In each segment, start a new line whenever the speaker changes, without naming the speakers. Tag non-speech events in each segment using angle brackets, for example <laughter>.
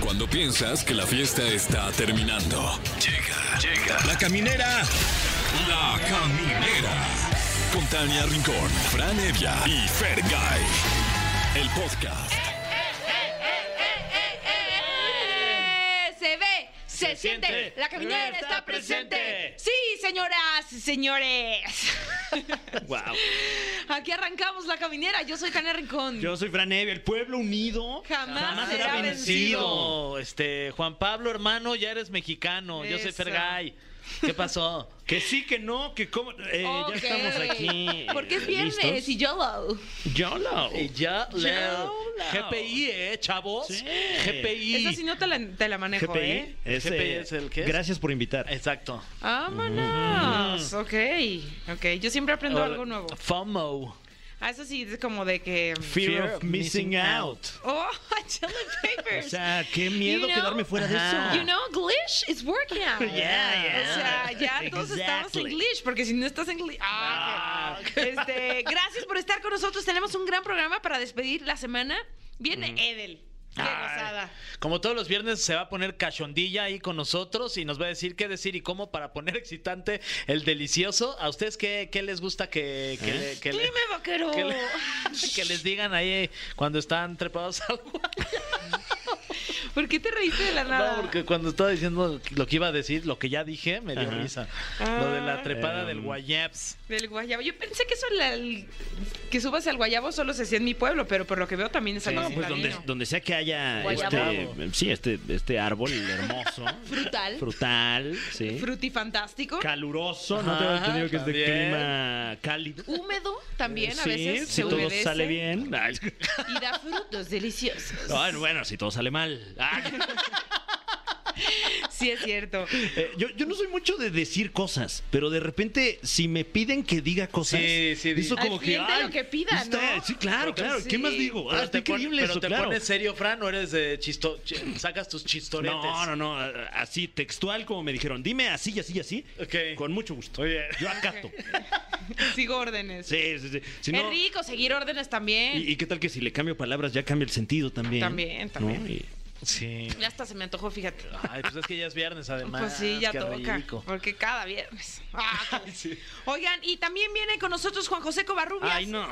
Cuando piensas que la fiesta está terminando. Llega, llega. La caminera. La caminera. Con Tania Rincón, Fran Evia y Fergay. El podcast.
Eh, Se ve, se,
Se
siente,
siente,
la caminera está,
está
presente.
presente.
Sí, señoras y señores.
<laughs> Wow.
Aquí arrancamos la caminera. Yo soy Tania Rincón.
Yo soy Fran Evia, el pueblo unido
Jamás
Ah,
será vencido.
Este, Juan Pablo, hermano, ya eres mexicano. Yo soy
Eso.
Fergay. ¿Qué
<laughs>
pasó? que sí, que no, que cómo. eh,
Ok.
Ya estamos aquí.
Porque es
eh,
viernes
¿listos?
y YOLO.
YOLO.
Ya,
Yolo.
GPI, ¿eh, chavos?
Sí.
GPI.
Esa sí no te la, te la manejo, ¿eh?
Ese-
GPI es el que es. Eh,
Gracias por invitar.
Exacto.
Mm.
Vámonos. Ok, ok. Yo siempre aprendo
Ahora,
algo nuevo.
FOMO.
Ah, eso sí, es como de que...
Fear, of missing, out.
Oh, <laughs> chili
O
papers.
sea, qué miedo
You know?
quedarme fuera de
Ajá.
eso.
You know, English is working out.
<laughs> Yeah,
O
yeah.
sea, ya todos estamos en
Exactly.
English, porque si no estás en English. Ah, ok. Este, gracias por estar con nosotros. Tenemos un gran programa para despedir la semana.
Mm.
Viene Edel. Qué
Ay.
gozada.
Como todos los viernes se va a poner cachondilla ahí con nosotros y nos va a decir qué decir y cómo para poner excitante el delicioso. ¿A ustedes qué, qué les gusta que,
¿Eh?
que le- que le-
Dime, vaquero.
que le- <laughs> que les digan ahí cuando están trepados al agua?
¿Por qué te reíste
<laughs>
de la nada?
No, porque cuando estaba diciendo lo que iba a decir, lo que ya dije, me dio
Ajá.
risa. Lo de
Ah.
la trepada
Em.
del guayaps.
Del guayabo. Yo pensé que eso, la- el- que subas al guayabo solo se hacía en mi pueblo, pero por lo que veo también es algo
No, pues donde,
citadino.
donde sea que haya
Guayabo.
este, sí, este, este árbol hermoso,
Frutal.
frutal, sí.
Frutifantástico.
caluroso, no tengo
Ajá,
entendido que es de
también.
clima cálido.
Húmedo también a
Sí,
veces
si
se
todo
humedece
sale bien. Ay.
y da frutos deliciosos.
Ay, bueno, si todo sale mal. Ah. Ay.
Sí es cierto.
<laughs> Eh, yo, yo no soy mucho de decir cosas, pero de repente, si me piden que diga cosas,
Sí, sí,
eso
di-
como
Al
que.
cliente
ay,
lo que pida,
está-
¿no?
Sí, claro, claro.
Sí.
¿Qué más digo? Ah, está
te pon-
increíble
pero
eso,
te
claro.
pones serio, Fran, o eres de chisto, ch- sacas tus chistoretes.
No, no, no. Así, textual, como me dijeron. Dime así, y así, y así.
Ok.
Con mucho gusto.
Oye.
Yo acato.
Sigo órdenes.
Sí, sí, sí. Si no-
es rico seguir órdenes también.
y, y qué tal que si le cambio palabras ya cambia el sentido también?
También, también.
¿No? Y-
Sí.
Ya hasta se me antojó, fíjate.
Ah,
Ay, pues es que ya es viernes, además.
pues sí, ya
qué
toca. Pues
rico.
Porque cada viernes.
<laughs>
Ah, qué-
Sí.
Oigan, y también viene con nosotros Juan José Covarrubias.
Ay, no.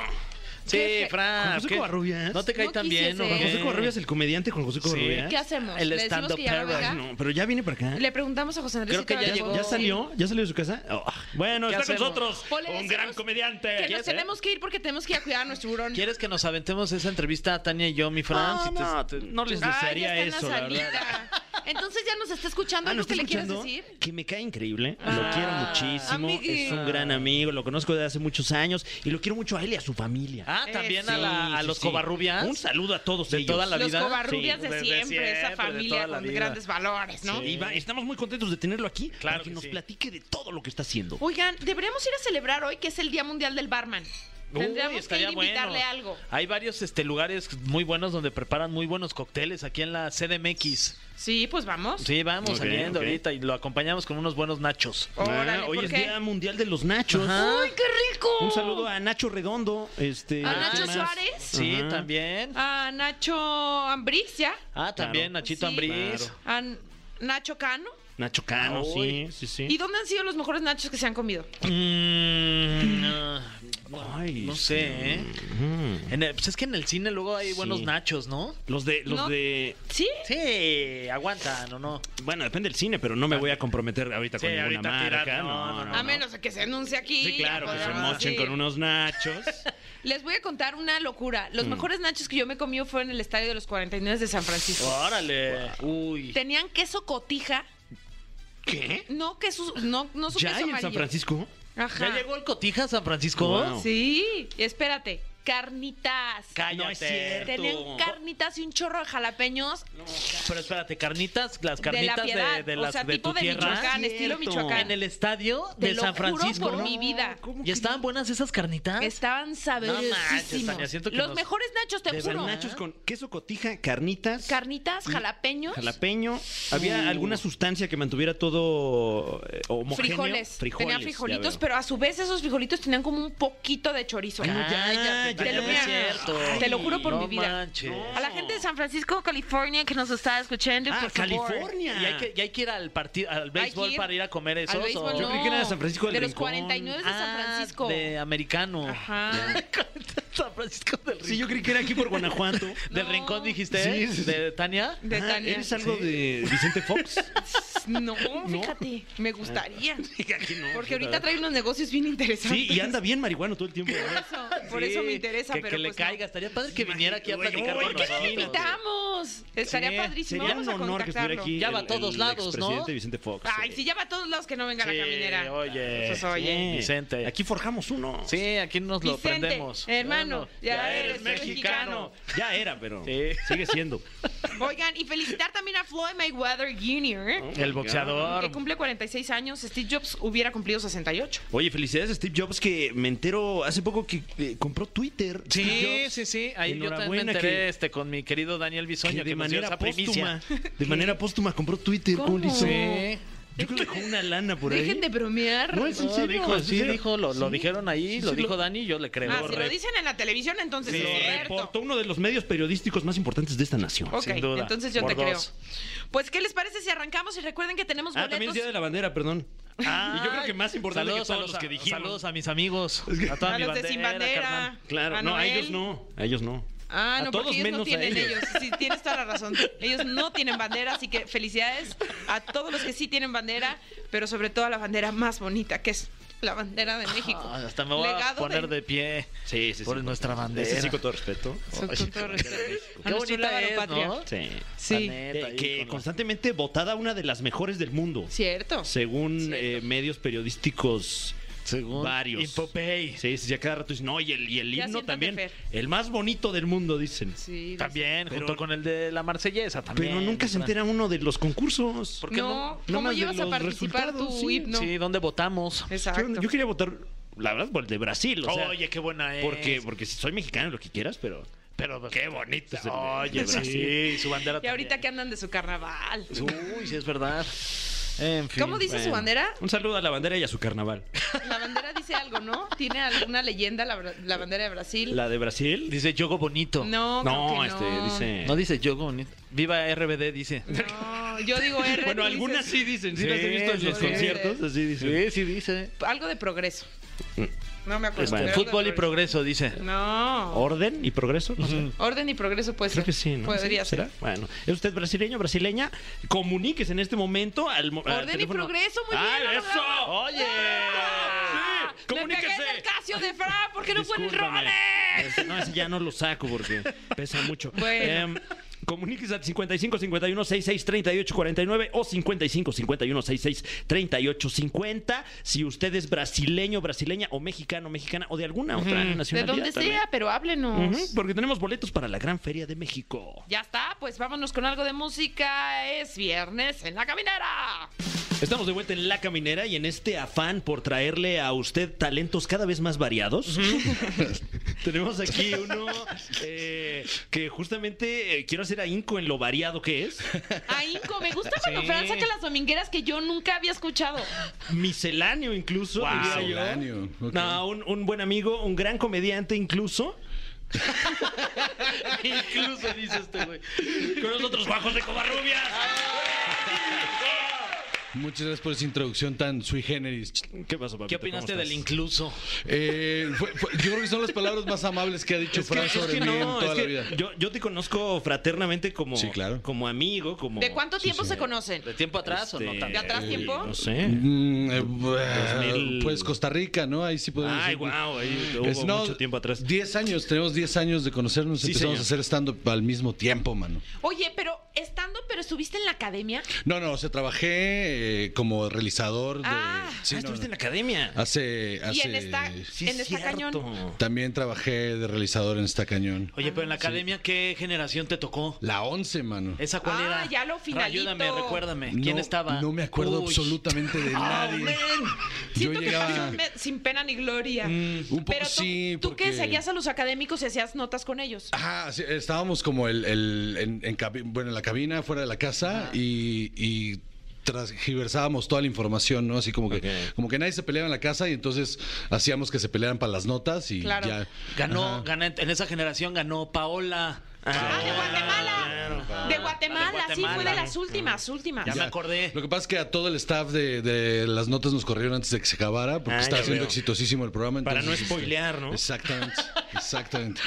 Sí,
fe-
¿Juan
Fran.
José
¿qué?
Covarrubias?
No te cae
No
tan
quise
bien, ¿no?
ser.
Juan José Covarrubias, el comediante Juan José Covarrubias.
¿Qué hacemos?
El
¿Le decimos
stand-up
que ya no
perro.
venga?
No, pero ya viene para acá.
Le preguntamos a Oh, José Andrés
Creo
si
que ya
todavía
llegó.
¿Ya
Sí.
salió? ¿Ya salió de su casa? Oh, Bueno,
¿Qué
está con
hacemos?
nosotros
O le
un
decimos
gran comediante.
Que nos
¿Eh?
tenemos que ir porque tenemos que ir a cuidar a nuestro burón.
¿Quieres que nos aventemos esa entrevista a Tania y yo, mi Fran?
Ah,
Si te-
no,
te-
no les
Ay, ya
desearía
está en la
eso, la verdad.
salita. Entonces ya nos está escuchando.
Ah,
¿Algo
¿no está
que le quieres
escuchando?
decir?
Que me cae increíble,
Ah,
lo quiero muchísimo,
amigui.
es un gran amigo, lo conozco desde hace muchos años y lo quiero mucho a él y a su familia.
Ah, también a, la-
Sí,
a
sí,
los
sí.
cobarrubias.
Un saludo a todos
De
ellos.
toda la
Los
vida.
covarrubias
Sí,
de,
de- de
siempre, esa
siempre, de
familia
toda la
con
vida.
grandes valores, ¿no?
Sí.
Y va- estamos muy contentos de tenerlo aquí
Claro
para que,
que
nos
sí.
platique de todo lo que está haciendo.
Oigan, deberíamos ir a celebrar hoy que es el Día Mundial del Barman.
Uy,
Tendríamos que ir
estaría
a invitarle
bueno.
algo.
Hay varios este, lugares muy buenos donde preparan muy buenos cócteles aquí en la CDMX.
Sí, pues vamos.
Sí, vamos
Ok,
saliendo
ok.
ahorita y lo acompañamos con unos buenos nachos.
Órale,
Ah, hoy
¿por
es
qué?
Día Mundial de los Nachos.
¡Ay, qué rico!
Un saludo a Nacho Redondo. Este,
¿A Nacho
¿quién más?
Suárez?
Sí,
Ajá.
también.
A Nacho Ambricia.
Ah, también
Claro.
Nachito
Sí.
Ambriz.
Claro.
A Nacho Cano.
Nacho Cano, sí,
Uy.
sí, sí.
¿Y dónde han sido los mejores nachos que se han comido?
Mm, ah,
Ay,
no
sí.
sé, ¿eh?
Ujú.
En el- pues es que en el cine luego hay
Sí.
buenos nachos, ¿no?
Los de, los
No.
de.
¿Sí?
Sí, aguantan, ¿o no?
Bueno, depende del cine, pero no me voy a comprometer ahorita
Sí,
con ninguna
ahorita
marca.
tirar,
no,
no,
no,
no,
no.
a menos de que se anuncie aquí.
Sí, claro,
ya
que se
podemos
mochen
decir.
con unos nachos.
Les voy a contar una locura. Los mejores nachos que yo me comí fueron en el estadio de los 49 de San Francisco.
Órale. Uy.
Tenían queso cotija.
¿Qué?
No, queso, no, no su
¿Ya
queso
hay en
amarillo.
San Francisco?
Ajá.
¿Ya llegó el cotija a San Francisco?
Wow.
Sí, espérate. Carnitas.
Cállate.
No es cierto.
Tenían carnitas y un chorro de jalapeños
Pero espérate, carnitas, las
de la
carnitas de,
piedad.
de las
o sea,
de
tipo
tu
de
tierra.
Michoacán, estilo
Cierto.
Michoacán.
En el estadio
Te
de
lo
San
juro
Francisco.
por mi vida.
¿Y estaban buenas esas carnitas?
Estaban saberosísimos.
Tania, siento que
Los
nos-
mejores nachos, te
de
juro.
¿Ah?
Nachos con queso cotija, carnitas.
Carnitas, jalapeños.
Jalapeño. ¿Había alguna sustancia que mantuviera todo eh, homogéneo?
Frijoles. Tenían
ya
frijolitos,
veo.
pero a su vez esos frijolitos tenían como un poquito de chorizo.
Ay, no, ya,
Cállate. 70
Te lo,
años,
mira,
es cierto.
te lo juro por
No
mi vida.
manches.
A la gente de San Francisco, California, que nos está escuchando,
Ah,
por favor.
California.
Y hay, que, y hay que ir al partido, al béisbol
ir
para ir a comer eso.
Al béisbol,
Yo
no.
creí que era de San Francisco del
De los
Rincón. Ah,
49 de San Francisco.
de americano.
Ajá.
<laughs> San Francisco del Rincón.
Sí, yo creí que era aquí por Guanajuato.
¿Del
No.
Rincón dijiste?
Sí, sí, sí.
¿De Tania?
De
Ah,
Tania.
¿Eres algo de
<laughs>
Vicente Fox?
No, fíjate,
Ah,
me
<laughs>
gustaría.
Aquí no,
Porque ahorita trae unos negocios bien interesantes.
Sí, y anda bien marihuano todo el tiempo.
Por
¿verdad?
<laughs> eso, por
Sí,
eso me interesa,
que,
pero
que le
pues no.
caiga. Estaría padre que viniera aquí a
Güey,
platicar
güey,
con
¿qué
nosotros.
Invitamos. Estaría
Sí,
padrísimo.
Sería
Vamos
un
a
honor que estuviera
contactarlo.
aquí.
Ya
el-
va a todos
el
lados, ¿no?
expresidente Vicente Fox.
Ay, si ya va a todos lados que no venga la
Sí,
caminera.
oye.
Pues, oye.
Sí, Vicente.
Aquí forjamos uno.
Sí, aquí nos lo
Vicente,
prendemos.
hermano, ya eres mexicano.
Ya era, pero
Sí.
sigue siendo.
Oigan, y felicitar también a Floyd Mayweather
Oh.
Jr.,
El boxeador.
que cumple 46 años. Steve Jobs hubiera cumplido 68.
Oye, felicidades a Steve Jobs que me entero hace poco que eh, compró Twitter. Steve
Sí,
Jobs,
sí, sí. Ahí yo también
Enhorabuena
me enteré
que-
este, con mi querido Daniel
que
Bisoño que,
de
nos dio
manera
esa primicia.
póstuma.
<laughs>
De manera póstuma compró Twitter. ¿Cómo, le
¿Cómo?
hizo?
Sí.
Yo creo que dejó una lana por ahí.
Dejen de bromear.
No, es en
No,
serio,
dijo,
¿en
sí,
serio?
dijo, lo, lo
Sí.
dijeron ahí,
Sí,
lo
sí,
digo
lo-
Dani, yo le creo.
Ah, si lo
Re-
dicen en la televisión, entonces
Sí.
es
Lo
cierto.
reportó uno de los medios periodísticos más importantes de esta nación.
Ok,
Sin duda.
entonces yo
Por
te creo.
dos.
Pues, ¿qué les parece si arrancamos? Y recuerden que tenemos
Ah, también
boletos.
es Día de la Bandera, perdón. y yo creo que más importante
Ah, saludos
que
a
todos los, que dijimos.
Saludos a mis amigos, a toda
A
mi
los de
bandera,
Sin Bandera.
carnal.
Claro,
a
no, a
Noel.
ellos no. A ellos no.
Ah,
A
no,
todos
porque ellos no
menos a
tienen
ellos.
ellos. Sí, tienes toda la razón. Ellos no tienen bandera, así que felicidades a todos los que sí tienen bandera, pero sobre todo a la bandera más bonita, que es la bandera de México.
Ah, hasta me voy a
Legado
poner de, pie
Sí, sí,
por
sí.
nuestra bandera.
Ese sí, con todo respeto.
Con todo respeto. A
Qué
nuestro
bonita
lábaro
es,
patria.
¿no?
Sí.
Sí,
La neta,
Eh,
ahí
que
con la-
constantemente votada una de las mejores del mundo.
cierto.
Según eh, medios periodísticos
Según
varios.
Impopey.
Sí, sí, sí, a cada rato dicen, no, y el, y el
Ya
himno
siéntate,
también.
Fer.
El más bonito del mundo, dicen.
Sí,
También, junto con el de la marsellesa también.
Pero nunca se entera uno de los concursos.
¿Por qué no?
No,
Nada
¿cómo
más de
llevas a
los
participar tu
resultados, sí.
himno?
Sí, ¿dónde votamos?
Exacto.
Yo, yo quería votar, la verdad, por el de Brasil. O sea,
Oye, qué buena es.
porque, porque si soy mexicano, lo que quieras, pero.
Pero qué bonito.
es el de-
Oye,
de
sí,
Brasil.
su bandera
Y ahorita que
también.
andan de su carnaval.
Uy, sí es verdad. En fin.
¿Cómo dice su
bueno.
bandera?
Un saludo a la bandera y a su carnaval.
La bandera dice algo, ¿no? ¿Tiene alguna leyenda la, bra- la bandera de Brasil?
La de Brasil.
Dice Yogo Bonito.
No, creo
No,
que
este, dice.
No dice Yogo Bonito. Viva RBD, dice.
No, yo digo R.
<laughs> bueno,
tú
algunas
dices
sí dicen, sí,
Sí,
las he visto en
sí,
los
sí.
conciertos, así dicen.
sí dice.
Algo de progreso.
Mm.
No me acuerdo.
Bueno.
pero algo de
Fútbol y
<laughs>
progreso, dice.
No.
¿Orden y progreso? No sé.
Orden y progreso puede
Creo
ser.
que sí, ¿no?
Podría
¿Sí? ¿Será?
ser.
Bueno, ¿es usted brasileño brasileña? Comuníquese en este momento al. mo- al
Orden y
teléfono.
progreso, muy
¡Ah,
bien, lo
eso!
logramos!
¡Oye!
¡Ah!
Sí,
¡Me pegué
¡Comuníquese!
en el Casio de Fran! ¿Por qué no fue en el
Discúlpame.
Rolex?
Ese- No, ese ya no lo saco porque pesa mucho.
<laughs> Bueno.
Em, comuníquese al 55 51 66 38 49 o 55 51 66 38 50. Si usted es brasileño, brasileña o mexicano, mexicana o de alguna otra
De
nacionalidad.
donde
también.
sea, pero háblenos.
Ujú, porque tenemos boletos para la Gran Feria de México.
Ya está, pues vámonos con algo de música. Es viernes en la caminera.
Estamos de vuelta en La Caminera y en este afán por traerle a usted talentos cada vez más variados, <laughs> tenemos aquí uno eh, que justamente eh, quiero hacer ahínco en lo variado que es.
A Inco, me gusta cuando
Sí.
Fran saca las domingueras que yo nunca había escuchado.
Misceláneo incluso,
Wow.
diría yo.
Misceláneo, ok.
No, un, un buen amigo, un gran comediante incluso.
Incluso dice este güey.
Con nosotros, Juan José Covarrubias.
Muchas gracias por esa introducción tan sui generis.
¿Qué pasó, papito?
¿Qué
¿Cómo
opinaste
estás?
del incluso?
Eh, fue- fue- yo creo que son las palabras más amables que ha dicho
Es que-
Fran
es
sobre
que
mí en
no,
toda
es
la
que
vida.
yo, yo te conozco fraternamente como,
Sí, claro.
como amigo, como...
¿De cuánto tiempo se conocen?
¿De tiempo atrás o no
Este,
tanto?
¿De atrás
Eh,
tiempo?
No sé.
Mm, eh, bueno,
2000.
Pues Costa Rica, ¿no? Ahí sí podemos
Ay,
decir.
wow, ahí hubo
Es- no,
mucho tiempo atrás.
10 años, tenemos 10 años de conocernos.
Sí,
empezamos
señor.
a hacer stand-up al mismo tiempo, mano.
Oye, pero estando, pero estuviste en la academia.
No, no, o sea, trabajé eh, como realizador de.
Ah.
ah,
sí, no,
estuviste en la
no.
academia.
Hace. hace
Y en esta,
Sí, es
en esta
cierto.
cañón.
También trabajé de realizador en esta cañón.
Oye, pero en la academia, ¿qué generación te tocó?
La 11, mano.
¿Esa cuál
Ah,
era?
ya lo finalito.
Ayúdame, recuérdame. ¿Quién
No,
estaba?
No me acuerdo
Uy.
<laughs>
absolutamente de nadie. Yo
Ah, Siento que
llegaba.
pasó me- sin pena ni gloria.
un poco
pero tú,
sí,
tú que
porque- Ah,
seguías a los académicos y hacías notas con ellos.
Ajá, sí, estábamos como el, el- en, en cabi- bueno, en la cabina, fuera de la casa y, y tra- transgiversábamos toda la información, ¿no? Así como que,
Ok.
como que nadie se peleaba en la casa y entonces hacíamos que se pelearan para las notas y
Claro.
ya.
Ganó, ganó- en esa generación ganó Paola.
Ah, de Guatemala. de Guatemala,
De
sí, fue de
Guatemala.
las últimas, últimas.
Ya me acordé.
Lo que pasa es que a todo el staff de, de las notas nos corrieron antes de que se acabara porque
Ah,
estaba
ya
siendo
veo.
exitosísimo el programa.
Para no
entonces, este,
spoilear, ¿no?
Exactamente, exactamente.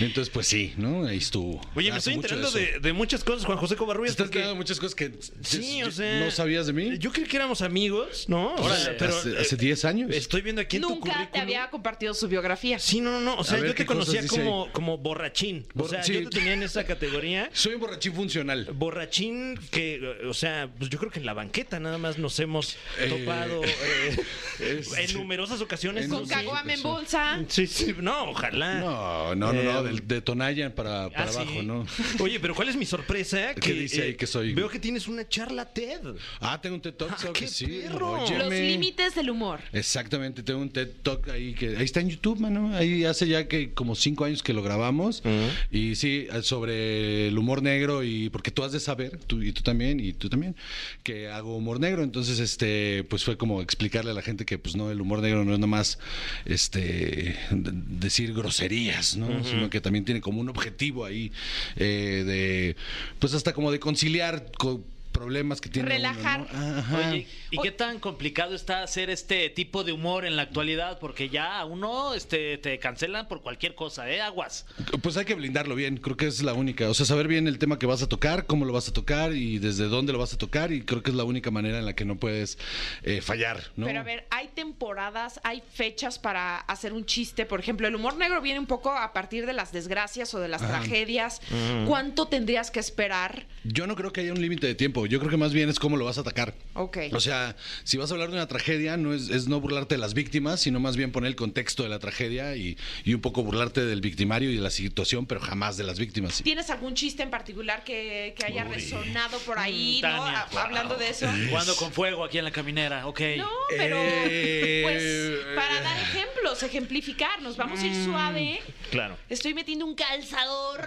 Entonces, pues sí, ¿no? Ahí estuvo.
Oye, me
Hace
estoy
mucho
enterando
eso.
de, de muchas cosas, Juan José
Te
Covarrubias.
Estás
porque-
enterando de muchas cosas que
Sí,
yo-
o sea.
no sabías de mí.
Yo creí que éramos amigos, ¿no? O sea,
Órale.
pero
hace
eh,
hace 10 años.
estoy viendo aquí en tu
Nunca te
currículum.
había compartido su biografía.
Sí, no, no, no. O sea,
A ver
yo te
qué cosas
conocía
dice
como, como borrachín. O
Borra-
sea,
sí.
yo te tenía en esa categoría.
Soy un borrachín funcional.
Borrachín que, eh, o sea, pues yo creo que en la banqueta nada más nos hemos
Eh,
topado eh,
<laughs> es-
en numerosas ocasiones.
En
Con
Sí,
caguame
sí.
en bolsa.
Sí, sí, no, ojalá.
No, no, no, no,
Ah. Eh,
del- de, Tonaya para, para
Ah, sí.
abajo, ¿no?
<laughs> Oye, pero ¿cuál es mi sorpresa? eh,
¿Qué dice ahí que soy?
Veo que tienes una charla TED.
Ah, tengo un TED Talk,
Ah,
claro
qué
que sí.
perro.
óyeme.
Los límites del humor.
Exactamente, tengo un TED Talk ahí que ahí está en YouTube, mano. Ahí hace ya que como cinco años que lo grabamos y sí eh, sobre el humor negro y porque tú has de saber tú y tú también y tú también que hago humor negro, entonces este pues fue como explicarle a la gente que pues no el humor negro no es nomás este de- decir groserías, ¿no? Sino que también tiene como un objetivo ahí eh, de pues hasta como de conciliar con problemas que tiene uno, ¿no?
Relajar.
Ajá.
Oye, ¿y qué tan complicado está hacer este tipo de humor en la actualidad? Porque ya a uno este, te cancelan por cualquier cosa, ¿eh? Aguas.
Pues hay que blindarlo bien, creo que es la única. O sea, saber bien el tema que vas a tocar, cómo lo vas a tocar y desde dónde lo vas a tocar. Y creo que es la única manera en la que no puedes eh, fallar, ¿no?
Pero a ver, hay temporadas, hay fechas para hacer un chiste. Por ejemplo, el humor negro viene un poco a partir de las desgracias o de las tragedias. ¿Cuánto tendrías que esperar?
Yo no creo que haya un límite de tiempo. Yo creo que más bien es cómo lo vas a atacar.
Ok.
O sea, si vas a hablar de una tragedia, no es, es no burlarte de las víctimas, sino más bien poner el contexto de la tragedia y, y un poco burlarte del victimario y de la situación, pero jamás de las víctimas.
¿Tienes algún chiste en particular que, que haya resonado por ahí,
Mm,
no?
Tania,
A- Hablando de eso.
Jugando con fuego aquí en la caminera, ok.
No, pero
Eh,
pues para dar ejemplos, ejemplificar, nos vamos a ir suave.
Claro.
Estoy metiendo un calzador,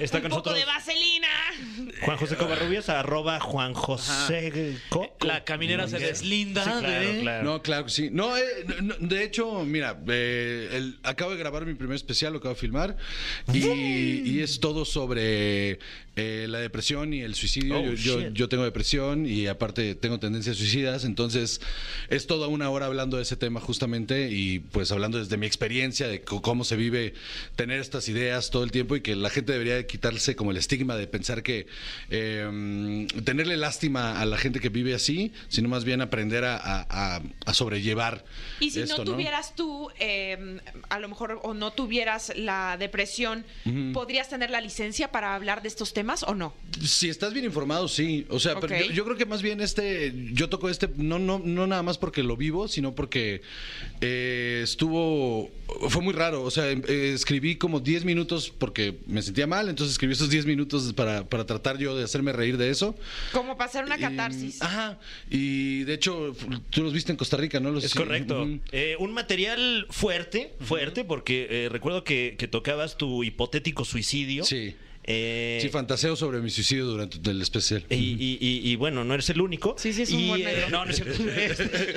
Está
un
con
poco
nosotros.
de vaselina.
Juan José Covarrubias, arroba Juan José Co-
La caminera se deslinda.
Sí, claro,
de-
claro.
No, claro que sí. No, eh, no, no, de hecho, mira, eh, el- acabo de grabar mi primer especial, lo acabo de filmar, y, y es todo sobre eh, la depresión y el suicidio.
Oh,
yo, yo-
shit.
yo tengo depresión y aparte tengo tendencias suicidas, entonces es toda una hora hablando de ese tema justamente y pues hablando desde mi experiencia de co- cómo se vive tener estas ideas todo el tiempo y que la gente debería de quitarse como el estigma de pensar que eh, tenerle lástima a la gente que vive así, sino más bien aprender a, a- a- a sobrellevar.
Y si no
esto,
tuvieras tú, eh, a lo mejor, o no tuvieras la depresión, ¿podrías tener la licencia para hablar de estos temas o no?
Si estás bien informado, sí. O sea, pero
Ok.
yo, yo creo que más bien este, yo toco este, no, no, no nada más porque lo vivo, sino porque eh, estuvo, fue muy raro. O sea, em- eh, escribí como 10 minutos porque me sentía mal, entonces escribí esos 10 minutos para, para tratar yo de hacerme reír de eso.
Como para hacer una
Em,
Y-
catarsis.
ah,
ajá. Y de hecho, tú los viste en Costa Rica, ¿no? Los-
Es correcto.
pues Ujú.
Eh, un material fuerte, fuerte, porque eh, recuerdo que, que tocabas tu hipotético suicidio.
Sí.
Eh,
Sí, fantaseo sobre mi suicidio durante el especial.
y, y- y- y bueno, no eres el único.
Sí, sí, es un
Y,
humor
eh,
negro.
no, no es cierto.
<laughs>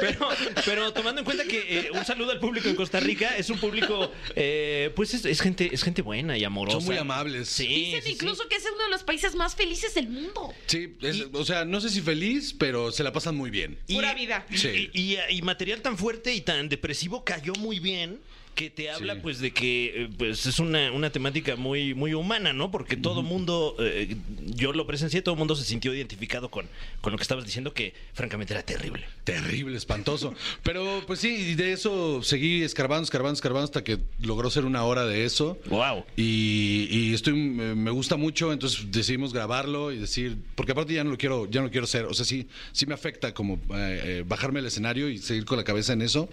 pero, pero tomando en cuenta que eh, un saludo al público en Costa Rica es un público, eh, pues es, es gente es gente buena y amorosa.
Son muy amables.
Sí,
Dicen
sí, sí.
incluso que es uno de los países más felices del mundo.
Sí, es- o sea, no sé si feliz, pero se la pasan muy bien.
Y-
Pura vida.
Sí.
Y, y- y material tan fuerte y tan depresivo cayó muy bien que te habla
Sí.
pues de que eh, pues es una, una temática muy muy humana, ¿no? Porque todo mundo, eh, yo lo presencié, todo mundo se sintió identificado con, con lo que estabas diciendo que francamente era terrible.
Terrible, espantoso. Pero pues sí, y de eso seguí escarbando, escarbando, escarbando hasta que logró ser una hora de eso.
Wow.
Y, y estoy me me gusta mucho, entonces decidimos grabarlo y decir, porque aparte ya no lo quiero, ya no lo quiero hacer, o sea, sí, sí me afecta como eh, eh, bajarme del escenario y seguir con la cabeza en eso.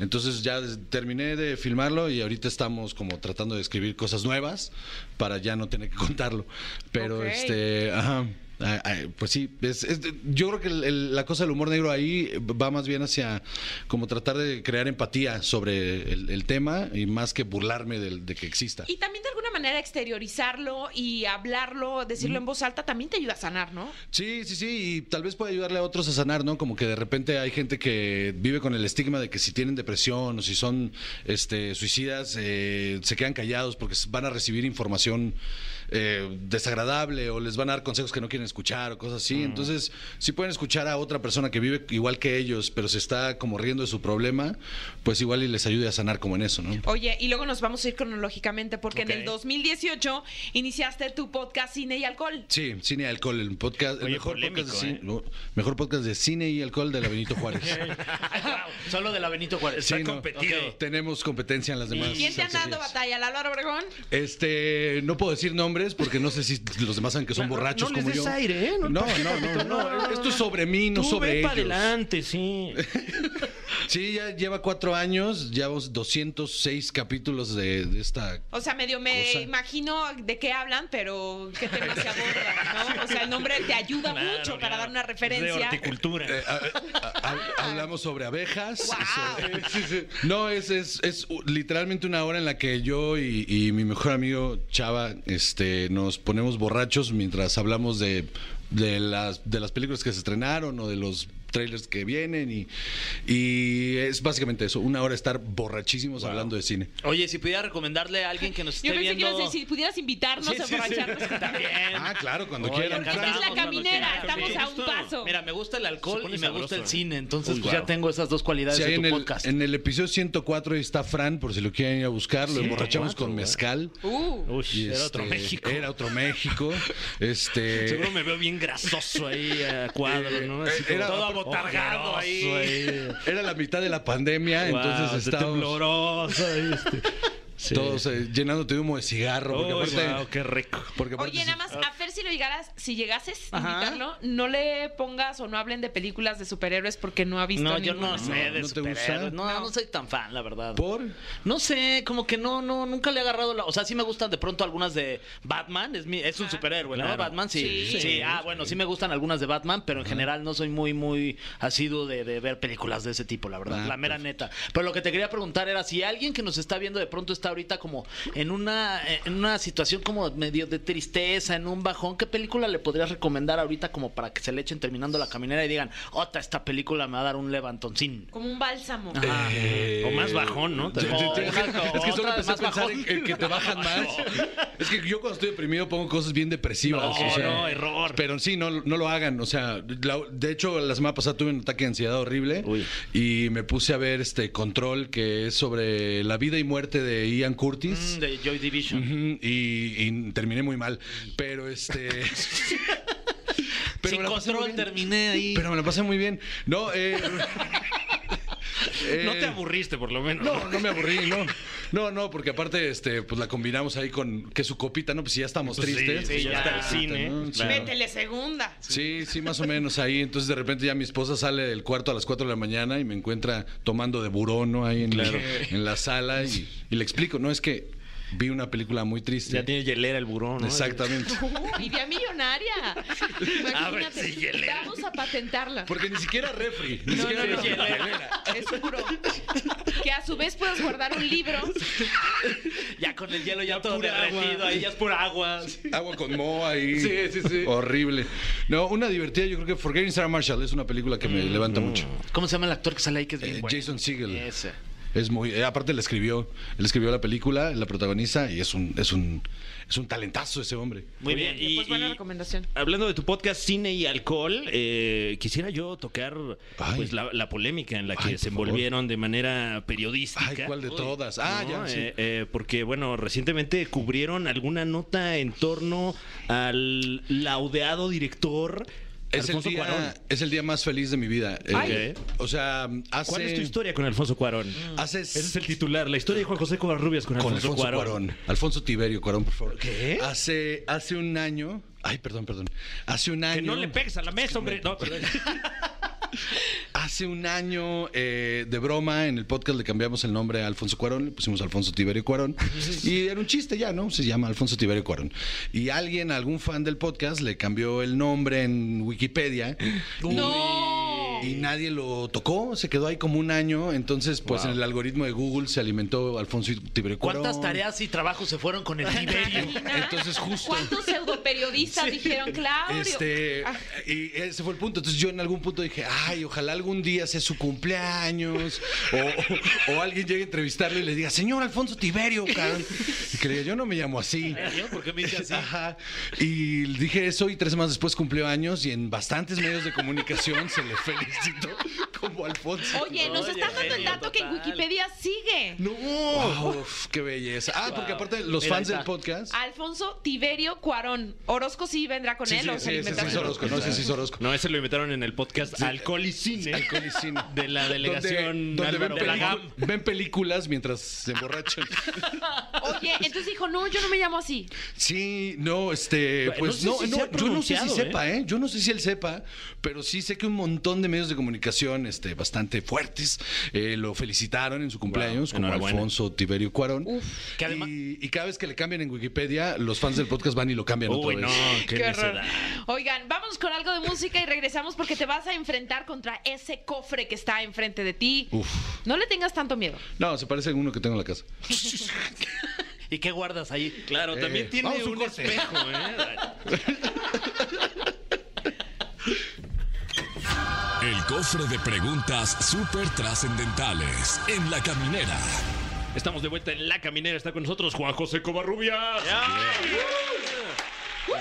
Entonces ya des- terminé de filmarlo y ahorita estamos como <laughs> tratando de escribir cosas nuevas para ya no tener que contarlo. Pero
Ok.
este, ajá. Ah, ah, pues sí, es- es- yo creo que el- el- la cosa del humor negro ahí va más bien hacia como tratar de crear empatía sobre el, el tema y más que burlarme del- de que exista.
Y también de alguna manera exteriorizarlo y hablarlo, decirlo en voz alta, también te ayuda a sanar, ¿no?
Sí, sí, sí, y tal vez puede ayudarle a otros a sanar, ¿no? Como que de repente hay gente que vive con el estigma de que si tienen depresión o si son este, suicidas, eh, se quedan callados porque van a recibir información eh, desagradable o les van a dar consejos que no quieren escuchar o cosas
Mm.
así. Entonces, si pueden escuchar a otra persona que vive igual que ellos, pero se está como riendo de su problema, pues igual y les ayude a sanar como en eso, ¿no?
Oye, y luego nos vamos a ir cronológicamente porque
Ok.
en el 2018 iniciaste tu podcast Cine y Alcohol.
Sí, cine y alcohol, el podcast, el
Oye,
mejor,
polémico,
podcast de cine,
¿eh?
no, mejor podcast de cine y alcohol de la
<laughs>
Benito Juárez.
Wow, Solo de la Benito Juárez.
Sí, no.
competido.
Ok. Tenemos competencia en las demás.
¿Quién te ha dado
secciones.
batalla? ¿Lalo Obregón?
Este, no puedo decir nombres porque no sé si los demás saben que son
No, no,
borrachos
no les
como
des
yo.
aire, ¿eh? No
No, no, no, no,
no,
Esto es sobre mí, no
Tú
sobre
ve
ellos.
para adelante, sí.
Sí, ya lleva cuatro años, llevamos 206 capítulos de, de esta.
O sea, medio me
Cosa.
imagino de qué hablan, pero <laughs> qué tema se aborda, ¿no? O sea, el nombre te ayuda
Claro,
mucho para
claro.
dar una
Es De
referencia.
horticultura.
eh, a- a- a- hablamos sobre abejas.
¡Guau!
sobre- sí, sí. No, es, es, es u- literalmente una hora en la que yo y, y mi mejor amigo Chava este, nos ponemos borrachos mientras hablamos de, de, las, de las películas que se estrenaron o de los trailers que vienen y, y es básicamente eso, una hora estar borrachísimos hablando de cine.
Oye, si pudiera recomendarle a alguien que nos esté
Yo pensé que
viendo.
ibas a decir, si pudieras invitarnos
Sí,
a
sí,
<laughs>
sí.
emborracharnos.
<laughs> También.
Ah, claro, cuando
Oye,
quieran.
acá
Porque es la
andamos,
caminera,
cuando quieran.
estamos a un paso.
Mira, me gusta el
Se
alcohol
pone
y me
sabroso,
gusta el
¿eh?
cine, entonces
Uy,
pues,
guau.
ya tengo esas dos cualidades
Sí, ahí
de tu
en, el,
podcast.
en el episodio 104 ahí está Fran, por si lo quieren ir a buscar, lo
104,
emborrachamos con
güey.
mezcal.
Uh,
Uy,
Y,
era otro
este,
México.
Era otro México. Este.
Seguro me veo bien grasoso ahí a cuadro, ¿no? Así
eh, era-
como
todo
abotargado ahí.
ojeroso
Era la mitad de la pandemia,
Wow, de
entonces estábamos
tembloroso ahí, este. Sí.
todos eh, llenándote de humo de cigarro. Porque
Uy,
aparte,
guau, qué rico.
porque aparte
Oye,
sí-
nada más, a Fer, si lo llegaras, si llegases a
Ajá.
invitarlo, no le pongas o no hablen de películas de superhéroes porque no ha visto
No, yo
ninguna.
no sé
No,
de
¿no te gusta?
superhéroes. No, no soy tan fan, la verdad.
¿Por?
No sé, como que no, no, nunca le he agarrado la. O sea, sí me gustan de pronto algunas de Batman, es, mi- es un superhéroe, ¿no?
Claro.
Batman, sí. Sí,
Sí.
ah, bueno, sí me gustan algunas de Batman, pero en general no soy muy, muy asiduo de, de ver películas de ese tipo, la verdad,
Ah,
la mera neta. Pero lo que te quería preguntar era si alguien que nos está viendo de pronto está ahorita como en una, eh, en una situación como medio de tristeza, en un bajón, ¿qué película le podrías recomendar ahorita como para que se le echen terminando la caminera y digan, ota, esta película me va a dar un levantoncín?
Como un bálsamo.
Ajá.
Eh,
Ah, O más
<laughs>
bajón, ¿no?
ya- ya- ya-
Exacto,
es que solo
otra
empecé a
más
pensar
bajón. <laughs>
en, en que
<laughs>
te bajan más. Es que yo cuando estoy deprimido pongo cosas bien depresivas.
No,
o sea,
no, error.
Pero sí, no, no lo hagan. O sea, la- de hecho, la semana pasada tuve un ataque de ansiedad horrible
Uy.
y me puse a ver este Control, que es sobre la vida y muerte de Ian Curtis.
Mm, de Joy Division.
Ujú, y, y terminé muy mal. Pero este.
<laughs>
Sin
me la pasé muy
control
bien.
terminé ahí.
Pero me la pasé muy bien. No,
<laughs>
eh,
No
eh,
te aburriste, por lo menos.
No, no me aburrí, no. No, no, porque aparte, este, pues la combinamos ahí con que su copita, ¿no? Pues si ya estamos
Pues sí,
tristes.
sí,
pues,
ya
una
está el
copita,
cine,
¿no?
pues
Sí.
claro.
Métele segunda.
Sí, sí, más o menos ahí. Entonces de repente ya mi esposa sale del cuarto a las 4 de la mañana y me encuentra tomando de burón, ¿no? Ahí en, la- en la sala y, y le explico, no, es que vi una película muy triste.
Ya tiene hielera el burón, ¿no?
Exactamente.
Uh, idea <laughs> millonaria. Imagínate,
A ver si hielera.
vamos a patentarla.
<laughs> Porque ni siquiera refri, ni
No,
siquiera
no, no.
refri.
Es puro. Que a su vez puedas guardar un libro.
Ya con el hielo ya, todo
pura agua.
derretido, ahí ya es pura agua.
Agua con moho ahí. Sí, sí, sí. Horrible. No, una divertida, yo creo que Forgetting Sarah Marshall es una película que
Mm.
me levanta mucho.
¿Cómo se llama el actor que sale ahí que es bien
Eh,
bueno?
Jason Segel.
Ese.
Es muy, eh, aparte le escribió, él escribió la película, la protagoniza y es un, es un, es un talentazo ese hombre.
Muy
Oye,
bien.
y-
pues buena
y-
recomendación.
Hablando de tu podcast Cine y Alcohol, eh, quisiera yo tocar
Ay.
pues la, la polémica en la que
Ay, por
se envolvieron de manera periodística.
Ay, ¿cuál de todas? Ah,
No,
ya, sí.
eh, eh, porque, bueno, recientemente cubrieron alguna nota en torno al laudeado director
Es el,
Alfonso Cuarón.
día, es el día más feliz de mi vida. Eh,
Ay.
O sea, hace...
¿Cuál es tu historia con Alfonso Cuarón?
Hace
Ese es el titular, la historia de Juan José Covarrubias con,
Con
Alfonso,
Alfonso Cuarón.
Cuarón.
Alfonso Tiberio Cuarón, por favor.
¿Qué?
Hace, hace un año. Ay, perdón, perdón. Hace un año.
Que no le pegues a la mesa, hombre. No.
Hace un año, eh, de broma, en el podcast le cambiamos el nombre a Alfonso Cuarón, le pusimos Alfonso Tiberio Cuarón. Y era un chiste ya, ¿no? Se llama Alfonso Tiberio Cuarón. Y alguien, algún fan del podcast, le cambió el nombre en Wikipedia. Y-
No.
Y nadie lo tocó, se quedó ahí como un año. Entonces, pues en el algoritmo de Google se alimentó Alfonso Tiberio Cuarón.
¿Cuántas tareas y trabajos se fueron
<laughs>
con el Tiberio?
Imagina.
Entonces, justo.
¿Cuántos
<laughs>
pseudoperiodistas dijeron Claudio?
Este,
Ah,
y ese fue el punto. Entonces yo en algún punto dije, ay, ojalá algún día sea su cumpleaños. O, o alguien llegue a entrevistarle y le diga, señor Alfonso Tiberio, cabrón. Y que le diga, yo no me llamo así.
¿Por qué me dice así?
Ajá. Y dije eso y tres más después cumplió años y en bastantes medios de comunicación se le felicitó como Alfonso.
Oye, nos
Oye,
estás dando el
genio
dato que en
total.
Wikipedia sigue.
¡No! Uf, ¡Qué belleza! Ah, porque aparte los
Mira,
fans
ahí
del
está.
podcast...
Alfonso Tiberio Cuarón. Orozco sí vendrá Ah, con
Sí,
él
sí,
o se
sí,
lo
ese sí, es
inventaron.
Orozco, no, ese sí es Orozco.
No, ese lo invitaron en el podcast Alcohol y Cine.
Alcohol y cine.
De la delegación
donde, donde ven,
Álvaro de la
pelicu- ven películas mientras
<laughs>
se emborrachan.
Oye, entonces dijo, no, yo no me llamo así.
sí, no, este,
Bueno,
pues
no
no,
sé si se ha
no, yo no sé si
pronunciado, ¿eh?
sepa, ¿eh? Yo no sé si él sepa, pero sí sé que un montón de medios de comunicación este, bastante fuertes eh, lo felicitaron en su cumpleaños,
Wow,
como
enhorabuena.
Alfonso Tiberio Cuarón.
Que además-
y, y cada vez que le cambian en Wikipedia, los fans del podcast van y lo cambian
Uy,
otra
no,
vez.
qué,
Qué horror.
necedad.
Oigan, vamos con algo de música y regresamos porque te vas a enfrentar contra ese cofre que está enfrente de ti.
Uf.
No le tengas tanto miedo.
No, se parece a uno que tengo en la casa.
¿Y qué guardas ahí?
Claro,
Eh,
también tiene
vamos a un
un
corte.
espejo, ¿eh?
El cofre de preguntas súper trascendentales en la caminera.
Estamos de vuelta en La Caminera. Está con nosotros Juan José Covarrubias.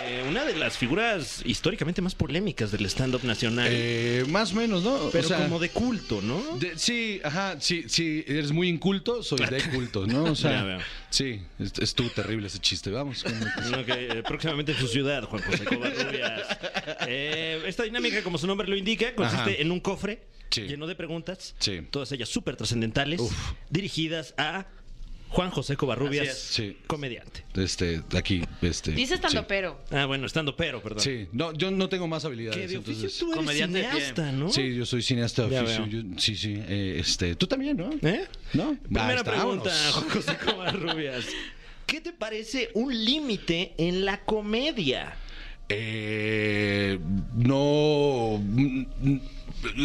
Eh, una de las figuras históricamente más polémicas del stand-up nacional.
Eh, más o menos, ¿no? O
pero
sea,
como de culto, ¿no?
De- sí, ajá, sí, sí, eres muy inculto, soy de culto,
<laughs>
¿no? O
Ya
sea,
veo.
sí, es- estuvo terrible ese chiste, vamos. con-
No, que, eh, próximamente en su ciudad, Juan José Covarrubias. Eh, esta dinámica, como su nombre lo indica, consiste
Ajá.
en un cofre
Sí.
lleno de preguntas,
Sí.
todas ellas súper trascendentales,
Uf.
dirigidas a Juan José Covarrubias,
Así es. Sí.
comediante.
<laughs> Este, aquí, este.
Dice estando
sí.
pero.
Ah, bueno, estando pero, perdón.
Sí, no, yo no tengo más
Que
habilidades.
de oficio
entonces-
tú eres
comediante de pie.
cineasta, ¿no?
Sí, yo soy cineasta de
Ya
oficio.
veo.
yo- sí, sí, eh, este, tú también, ¿no?
¿Eh?
¿No? Ah,
Primera
está,
pregunta,
vámonos.
Juan José Covarrubias. ¿Qué te parece un límite en la comedia?
Eh, no. mm, mm,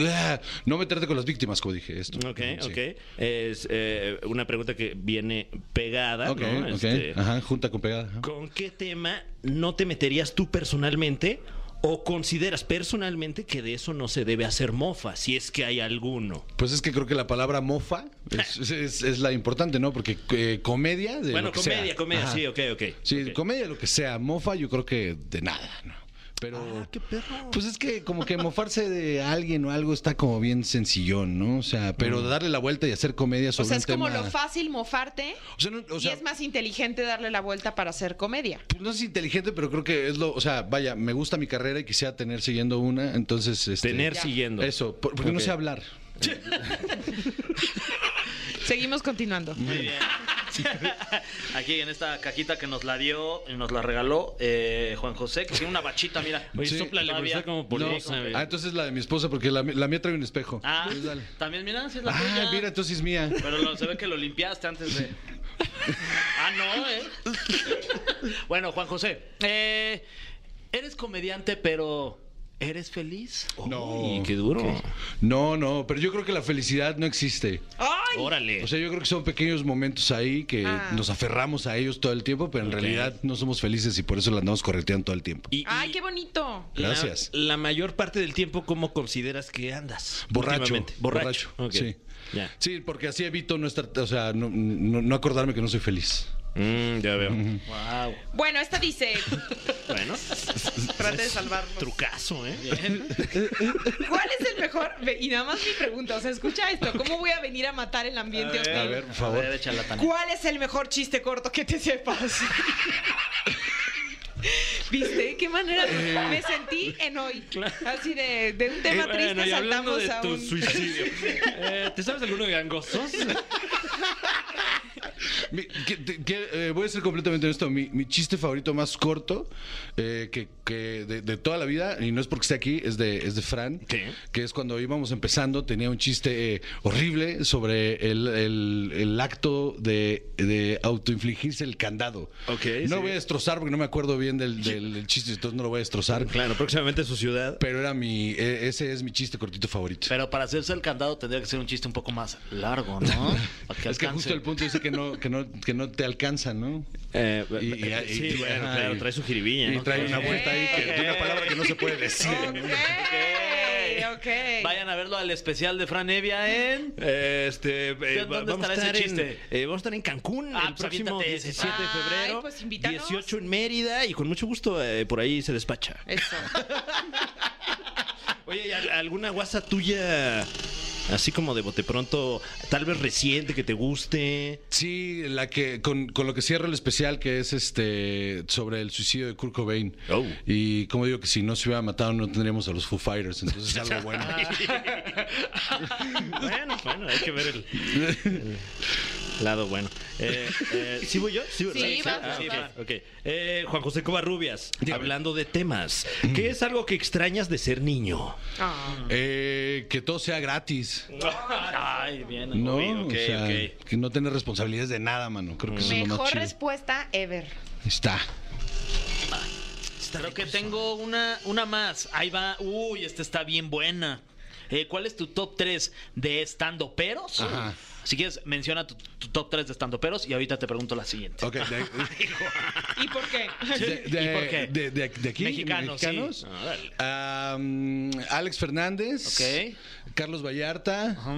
ah, No meterte con las víctimas, como dije esto.
Ok,
Sí.
ok. Es eh, una pregunta que viene pegada,
Ok,
¿no?
ok.
Este,
Ajá, junta con pegada. ajá.
¿Con qué tema no te meterías tú personalmente o consideras personalmente que de eso no se debe hacer mofa, si es que hay alguno?
Pues es que creo que la palabra mofa
<laughs>
es, es- es la importante, ¿no? Porque eh, comedia de
bueno,
lo que
comedia,
sea.
comedia,
Ajá.
sí, ok, ok.
Sí,
Ok.
comedia de lo que sea. Mofa yo creo que de nada, ¿no? Pero...
Ah, qué perro.
Pues es que como que mofarse de alguien o algo está como bien sencillón, ¿no? O sea, pero
Mm.
darle la vuelta y hacer comedia
O
sobre
sea,
un
es como
tema-
lo fácil mofarte
O sea, no, o sea,
y es más inteligente darle la vuelta para hacer comedia.
pues no es inteligente, pero creo que es lo... O sea, vaya, me gusta mi carrera y quisiera tener siguiendo una, entonces... Este,
Tener siguiendo.
Eso, por- porque no
Ok.
sé hablar.
Seguimos continuando.
Muy bien. Aquí en esta cajita que nos la dio, nos la regaló eh, Juan José, que tiene una bachita, mira.
Oye,
Sí,
súplale, porque
todavía.
está como
No.
polosa, güey.
Ah, entonces la de mi esposa, porque la, la mía trae un espejo.
Ah,
Entonces, dale.
también mira, si es la
Ah,
tuya.
mira, entonces es mía.
Pero lo- se ve que lo limpiaste antes
<laughs>
de. Ah, no, ¿eh?
Bueno, Juan José, eh, eres comediante, pero ¿eres feliz?
No.
Uy, qué duro.
No, no, pero yo creo que la felicidad no existe.
¡Ay!
Órale.
O sea, yo creo que son pequeños momentos ahí que
Ah.
nos aferramos a ellos todo el tiempo, pero
Ok.
en realidad no somos felices y por eso la andamos correteando todo el tiempo.
Y- y
¡Ay, qué bonito!
la-
Gracias.
La, mayor parte del tiempo, ¿cómo consideras que andas?
Borracho,
últimamente?
borracho,
Borracho. ok.
sí.
Ya.
Sí, porque así evito no estar, o sea, no, no- no acordarme que no soy feliz.
Mm, ya veo.
Wow.
Bueno, esta dice,
Bueno,
trate de salvarnos.
trucazo, ¿eh?
¿Cuál es el mejor? Ve, Y nada más mi pregunta, o sea, escucha esto, ¿cómo voy a venir a matar el ambiente
A
hostil?
ver, por favor.
A ver, échala, Tania.
¿Cuál es el mejor chiste corto que te sepas? ¿Viste? ¿Qué manera me sentí en hoy? Así de, de un tema
Eh,
triste
bueno, y hablando
saltamos
de
a
tu
un...
suicidio. eh, ¿Te sabes alguno de gangosos?
Mi- que- te- que, eh, voy a ser completamente honesto. Mi, mi chiste favorito más corto eh, que, que de, de toda la vida, y no es porque esté aquí, es de, es de Fran, que es cuando íbamos empezando, tenía un chiste eh, horrible sobre el, el- el acto de, de autoinfligirse el candado.
Ok,
No
sí.
voy a destrozar porque no me acuerdo bien del, del- del chiste, entonces no lo voy a destrozar.
Claro, próximamente su ciudad.
Pero era mi, e- ese es mi chiste cortito favorito.
Pero para hacerse el candado tendría que ser un chiste un poco más largo,
<laughs>
¿no? Para que
es que
alcance.
justo el punto dice que no, que no, que no te alcanza, ¿no? y- y-
Eh, sí,
y-
bueno,
ajá,
claro,
y-
trae su jiribilla.
Y
¿no?
trae una vuelta ahí que, de una palabra que no se puede decir.
Ok, ok.
Vayan a verlo al especial de Fran Evia en.
Eh, Este, eh,
¿Dónde
va- vamos, a
estará
estar
ese
en,
chiste?
eh, vamos a estar en Cancún
Ah,
el
pues
próximo
aviéntate ese.
17 de
Ay,
febrero,
pues, invítanos.
18 en Mérida y con mucho gusto eh, por ahí se despacha.
Eso.
Oye, ¿y al- ¿alguna guasa tuya así como de bote pronto, tal vez reciente que te guste?
Sí, la que con, con lo que cierro el especial que es este sobre el suicidio de Kurt Cobain.
Oh.
Y como digo que si no se hubiera matado no tendríamos a los Foo Fighters, entonces es
<laughs>
algo bueno.
bueno, bueno, hay que ver el, el lado bueno. Eh, eh, ¿Sí voy yo? Sí, ¿verdad?
Sí, vas, vas,
ok,
vas.
ok. Eh, Juan José Covarrubias, hablando de temas,
Mm.
¿qué es algo que extrañas de ser niño?
Ah.
Eh, que todo sea gratis.
Ay, bien.
No,
Ok,
o sea,
ok.
que no tener responsabilidades de nada, mano. Creo que eso es lo más
Mejor
chido.
respuesta ever.
Ahí Está.
Creo que tengo una, una más. Ahí va. Uy, esta está bien buena. Eh, ¿Cuál es tu top 3 de estando peros?
Ajá.
Si quieres, menciona tu, tu top 3 de estando peros y ahorita te pregunto la siguiente.
Ok, de,
¿Y por qué?
de-
<laughs>
de-
¿Y por qué?
de- de- de aquí,
Mexicanos, sí.
mexicanos. Ah, mm, Alex Fernández.
Ok.
Carlos Vallarta.
Ajá.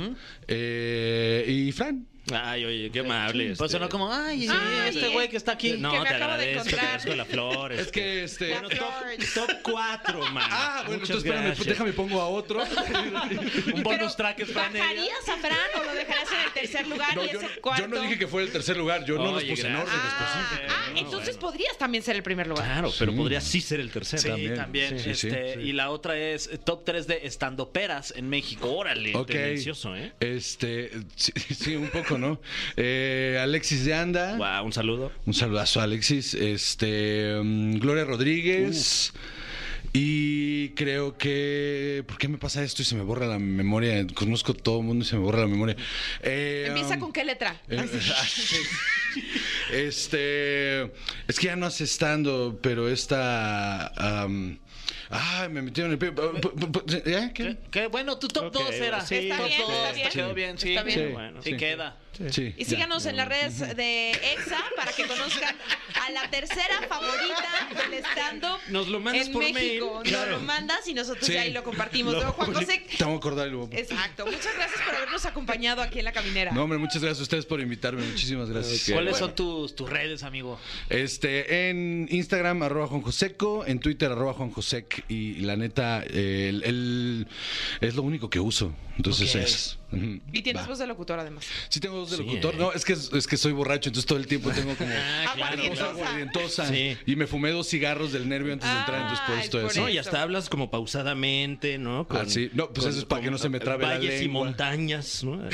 eh, y Fran.
Ay, oye, qué amable.
Pues
este.
sonó como, ay,
Ay,
este güey que está aquí.
No,
que me
te
acabo de
agradezco, te
encontrar.
agradezco la flor.
Es
este.
que este.
La Flores.
Top
<laughs>
4, man.
Ah, bueno, entonces espérame, pues, déjame pongo a otro. <laughs>
Un bonus track es Fran Evia.
¿Bajarías a Fran o lo dejarías en el tercer lugar
No,
y
yo,
ese
no-
cuarto?
yo no dije que fuera el tercer lugar, yo no los
Oye,
puse en
gracias.
orden
Ah,
específico.
ah, entonces podrías también ser el primer lugar.
Claro, pero
Sí.
podría sí ser el tercero.
Sí, también.
sí, sí,
este,
sí.
Y la otra es eh, top 3 de estando peras en México. Órale.
Ok.
Tendencioso, ¿eh?
Este, sí, <laughs> sí, un poco, ¿no? Eh, Alexis de Anda.
Guau, un saludo.
Un saludazo a Alexis. Este, mm, Gloria Rodríguez. Y creo que. ¿Por qué me pasa esto y se me borra la memoria? Conozco a todo el mundo y se me borra la memoria. Eh,
¿Empieza
um,
con qué letra?
Eh, <laughs> Este. Es que ya no hace estando, pero esta. am, ay, me metieron el pie. ¿Eh? ¿Qué?
¿Qué? ¿Qué? Bueno, tu top
Ok,
2 era.
sí,
Está
top
bien,
dos,
está
te
bien.
quedó bien, sí.
Está bien.
Sí,
bueno,
Sí, queda.
Sí.
Y síganos en las redes de EXA para que conozcan a la tercera favorita del stand-up.
Nos lo mandas
en
por
México.
mail,
Nos
claro.
lo mandas y nosotros
Sí.
ya pues, ahí lo
<laughs>
compartimos. ¿no, Juan José.
Te voy a acordar y lo voy a poner.
Exacto. Muchas gracias por habernos acompañado aquí en la caminera.
No, hombre, muchas gracias a ustedes por invitarme. Muchísimas gracias.
¿Cuáles
Bueno,
son tus, tus redes, amigo?
Este, en Instagram, arroba Juanjoseco, en Twitter, arroba Juanjosec. Y la neta, eh, el, el- es lo único que uso. Entonces
Ok.
es. ujú,
Y tienes
va.
voz de locutor además.
Sí, tengo voz de
Sí,
locutor.
¿eh? Ah,
No, es que, es que soy borracho, entonces todo el tiempo
<laughs>
tengo como.
Aguardientosa.
aguardientosa.
Sí.
Y me fumé dos cigarros del nervio antes de entrar, entonces por
Ay,
esto
por
es.
No, y
eso.
hasta hablas como pausadamente, ¿no?
Ah, sí. No, pues eso es para que no se me trabe la
valles y
lengua.
montañas, ¿no?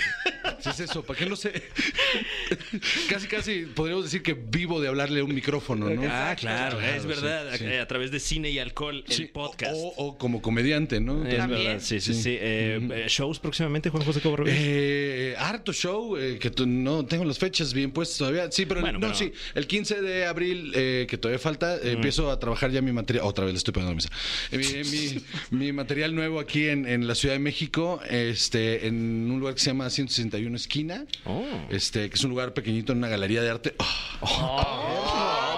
Ah,
¿Qué es eso? ¿Para qué no sé? <laughs> casi, casi podríamos decir que vivo de hablarle a un micrófono, ¿no?
Ah, claro, es
sí,
verdad. eh,
sí.
A, a través de cine y alcohol,
Sí,
el podcast.
O, o como comediante, ¿no?
es
También.
verdad, sí, sí, sí.
Sí.
Eh, eh, ¿Shows próximamente, Juan José Covarrubias?
Eh, harto show, eh, que tú- no tengo las fechas bien puestas todavía. Sí, pero
Bueno,
no,
pero-
sí. El 15 de abril, eh, que todavía falta, eh, empiezo a trabajar ya mi material. Otra vez le estoy pegando la mesa. Eh,
<laughs>
mi, mi- mi material nuevo aquí en, en la Ciudad de México, este, en un lugar que se llama 161 Esquina,
Oh.
este, que es un lugar pequeñito en una galería de arte. Oh,
Oh
Ah.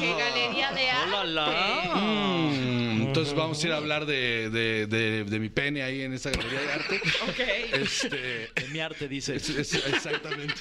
¡Qué galería de
Hola,
arte!
Oh, la.
Ah.
mm, Entonces vamos a ir a hablar de, de- de- de mi pene ahí en esa galería
<laughs>
de arte.
Ok.
Este,
De mi arte, dice.
Es- es- exactamente.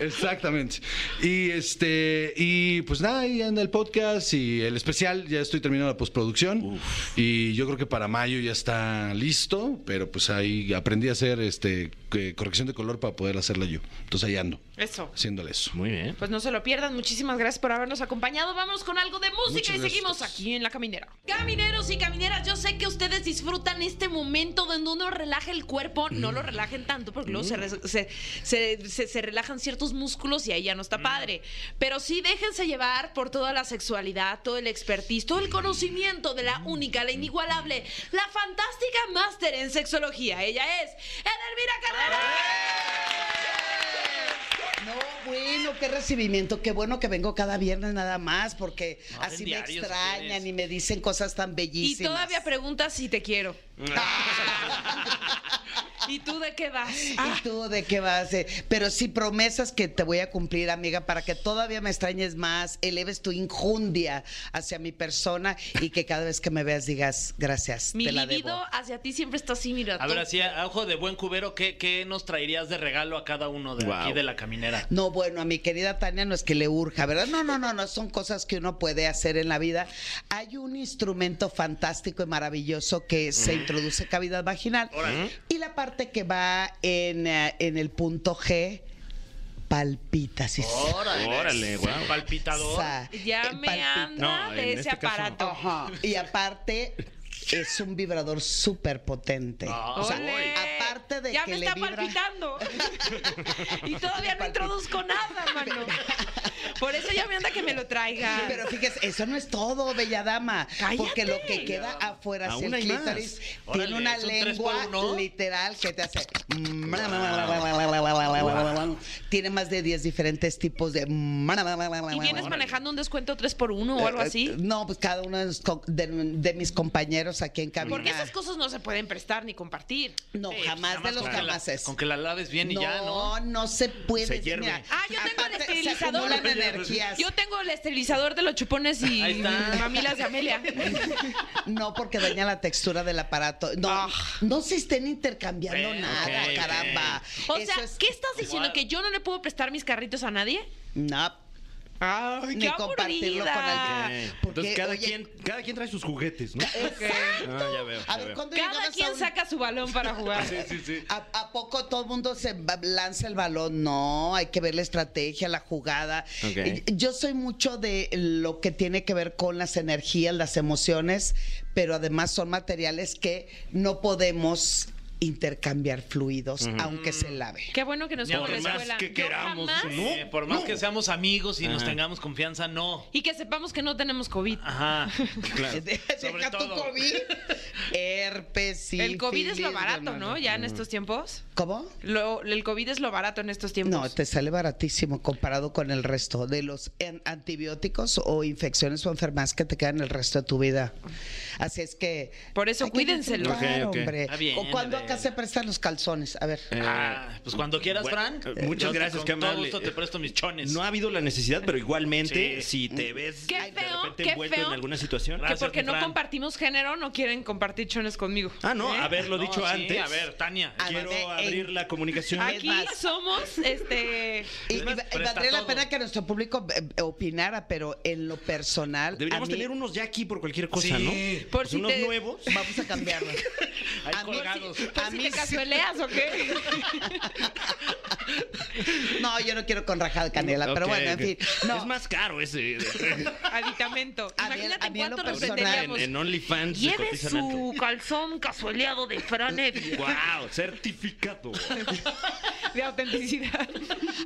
Exactamente. Y este y pues nada, ahí anda el podcast y el especial, ya estoy terminando la postproducción y yo creo que para mayo ya está listo, pero pues ahí aprendí a hacer este eh, corrección de color para poder hacerla yo. Entonces ahí ando
Eso.
haciéndole eso.
Muy bien.
Pues no se lo pierdan. Muchísimas gracias por habernos acompañado. Vamos con algo de música
Muchas
y seguimos
gracias.
aquí en La Caminera. Camineros y camineras. Camineras, yo sé que ustedes disfrutan este momento donde uno relaja el cuerpo. No lo relajen tanto porque luego se, re- se- se- se- se relajan ciertos músculos y ahí ya no está padre. Pero sí déjense llevar por toda la sexualidad, todo el expertise, todo el conocimiento de la única, la inigualable, la fantástica máster en sexología. Ella es Edelmira ¡Eh! Carrera.
No, bueno, qué recibimiento, qué bueno que vengo cada viernes nada más, porque
Madre,
así me
diario
extrañan
tienes.
y me dicen cosas tan
Y
bellísimas.
todavía preguntas si te
<laughs>
quiero. ¿Y tú de qué vas? Ah,
¿Y tú de qué vas? eh? Pero sí, promesas que te voy a cumplir, amiga, para que todavía me extrañes más, eleves tu injundia hacia mi persona y que cada vez que me veas digas gracias.
mi
te la
libido
debo.
hacia ti siempre está así, mira.
A ver,
tú-
así, a ojo de buen cubero, ¿qué, qué nos traerías de regalo a cada uno de aquí
Wow.
de la caminera?
No, bueno, a mi querida Tania no es que le urja, ¿verdad? No, no, no, no, son cosas que uno puede hacer en la vida. Hay un instrumento fantástico y maravilloso que se introduce en cavidad vaginal y la parte que va en, eh, en el punto G palpita, sí. sí.
Oh,
Órale, guau.
Palpitador.
Sa-
Ya
eh,
me
palpita.
anda
No, en
de ese
este caso no.
aparato.
Ajá. Y aparte es un vibrador súper potente.
Ah,
O sea,
¡Ole!
aparte de
ya
que
me
le
está
vibra- <laughs>
palpitando. y todavía no introduzco nada, mano. Por eso ya me anda que me lo traiga.
Pero fíjese, eso no es todo, bella dama.
Ah. Cállate.
Porque lo que queda afuera hacia
Aún
el
hay más.
clítoris
Órale,
tiene una
¿es un tres por
lengua
uno?
literal que te hace. Tiene más de 10 diferentes tipos de.
¿Y vienes manejando un descuento 3x1 o algo
Eh, eh,
así?
No, pues cada uno de, los co- de- de mis compañeros aquí en cabina.
Porque esas cosas no se pueden prestar ni compartir.
No,
Sí, pues,
jamás
nada
de
más
los
con que la-
jamases.
Con que la laves bien y ya, ¿no?
se puede.
Se hierve.
Ah, yo tengo el
aparte,
esterilizador.
Se
<laughs>
acumulan energías.
Yo tengo el esterilizador de los chupones y
Ahí está.
mamilas de Amelia.
<laughs> No, porque daña la textura del aparato. No,
Ah.
no se estén intercambiando
Eh,
nada,
ok, ok.
caramba.
O
Eso
sea,
es-
¿qué estás diciendo?
Igual.
¿Que yo no le puedo prestar mis carritos a nadie?
No,
Ay,
ni compartirlo con
aburrida.
alguien.
Ok.
Porque,
Entonces cada,
oye,
quien, cada quien trae sus juguetes, ¿no?
Exacto.
Ah, ya veo, ya
A ver,
veo.
¿cuándo
Cada
llegabas a
quien
un-
saca su balón para jugar.
¿A, a poco todo el mundo se ba- lanza el balón? No, hay que ver la estrategia, la jugada.
Ok.
Eh, Yo soy mucho de lo que tiene que ver con las energías, las emociones, pero además son materiales que no podemos intercambiar fluidos, aunque se lave.
Qué bueno que nos
Ni
fuimos a la
por más
escuela.
que
Yo
queramos,
jamás-
¿no?
Eh, por más que seamos amigos y nos
Ajá.
tengamos confianza, no.
Y que sepamos que no tenemos COVID.
Ah,
Ah.
Ajá.
Claro.
sobre
<laughs> Deja tu
todo.
COVID. Herpes,
el COVID es lo
sífilis,
barato,
hermano.
¿no? Ya en estos tiempos.
¿Cómo?
Lo- el COVID es lo barato en estos tiempos.
No, te sale baratísimo comparado con el resto de los en- antibióticos o infecciones o enfermedades que te quedan el resto de tu vida. Así es que.
Por eso
hay que
cuídenselo.
disfrutar,
Ok, ok.
hombre.
Está bien,
¿O cuando
Adel.
acá se prestan los calzones? A ver.
Eh,
Ah, pues cuando quieras,
bueno,
Fran.
eh, muchas
Yo te-
gracias, qué
Con todo
amable.
gusto te presto mis chones.
No ha habido la necesidad, pero igualmente, si
Sí.
te ves
Qué
de
feo,
repente
qué
envuelto
feo.
en alguna situación.
que
Gracias,
porque
mi
no ¿Eh?
Fran.
compartimos género, no quieren compartir chones conmigo.
Ah, no, haberlo
No,
dicho
sí,
antes.
A ver, Tania.
Ah,
quiero
Además, en-
abrir la comunicación.
Ay,
Aquí
más.
somos, este...
Y, y-
Además,
y
presta
valdría la
todo.
pena que nuestro público eh, opinara, pero en lo personal. a
Deberíamos
mí-
tener unos ya aquí por cualquier cosa,
Sí.
¿no?
Por
Pues
si
unos
te-
nuevos.
Vamos a
<laughs>
cambiarlo.
Ahí
A mí-
colgados.
pues,
a
si
mí
te
sí-
casueleas o
<laughs>
qué?
No, yo no quiero con rajada de canela, pero
Ok,
bueno, en
ok.
fin. No,
Es más caro
<laughs>
ese. eh,
Aditamento.
A mí-
Imagínate
a mí en lo
cuánto nos
personal,
venderíamos.
en, en OnlyFans se
Lleve
cotizan
su calzón casueleado de
<laughs>
franevia
Wow, certificado.
de autenticidad.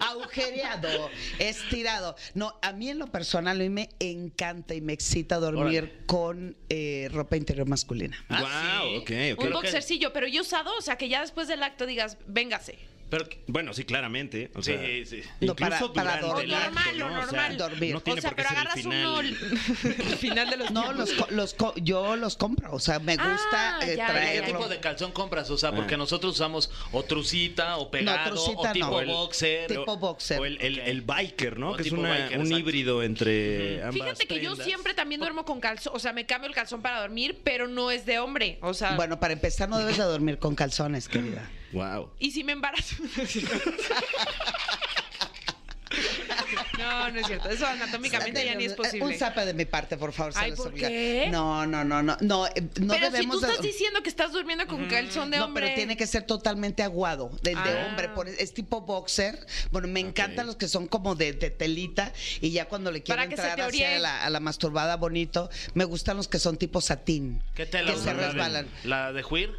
agujereado, estirado. No, a mí en lo personal a mí me encanta y me excita dormir con eh, ropa interior masculina.
Ah,
wow, ok, ok.
sí.
Un
Creo que-
boxercillo, pero yo usado, o sea que ya después del acto digas, véngase.
Pero-
Bueno, sí, claramente. O sea,
sí, sí.
No, para-
incluso
para
durante
dormir.
el acto,
Normal,
¿no?
lo
O sea,
normal.
Dormir.
No tiene
o sea,
por qué
pero
ser el
agarras
final.
uno <laughs> el final de los
No,
tiempos.
los, co- los co- yo los compro, o sea, me gusta
Ah, ya,
eh,
ya,
¿Qué
ya.
traerlo.
tipo de calzón compras? O sea,
Ah.
porque nosotros usamos o trucita, o pegado,
trucita
o tipo
no.
boxer.
Tipo
o-
boxer.
O el, el- el biker, ¿no?
O
que es
tipo
una-
biker,
un
exacto.
híbrido entre ambas
Fíjate que yo
prendas.
siempre también duermo con calzón, o sea, me cambio el calzón para dormir, pero no es de hombre, o sea,
Bueno, para empezar no debes de dormir con calzones, querida.
<laughs>
Wow.
y si me embarazo. No, no es cierto. Eso anatómicamente ya ni es posible.
Eh, Un zapa de mi parte, por favor. se
Ay,
los
¿por
obliga.
qué?
No, no, no, no. No, eh, no
pero si tú
debemos de- Mm,
estás diciendo que estás durmiendo con calzón de
no,
hombre.
pero tiene que ser totalmente aguado, de, de
Ah.
hombre, por- es tipo boxer. Bueno, me encantan los que son como de, de telita y ya cuando le quiero
Para que se
entrar
te
hacia
orie.
la, a la masturbada bonito, me gustan los que son tipo satín.
¿Qué tela
Que se
usas? ¿La de-
resbalan.
¿La de Juir?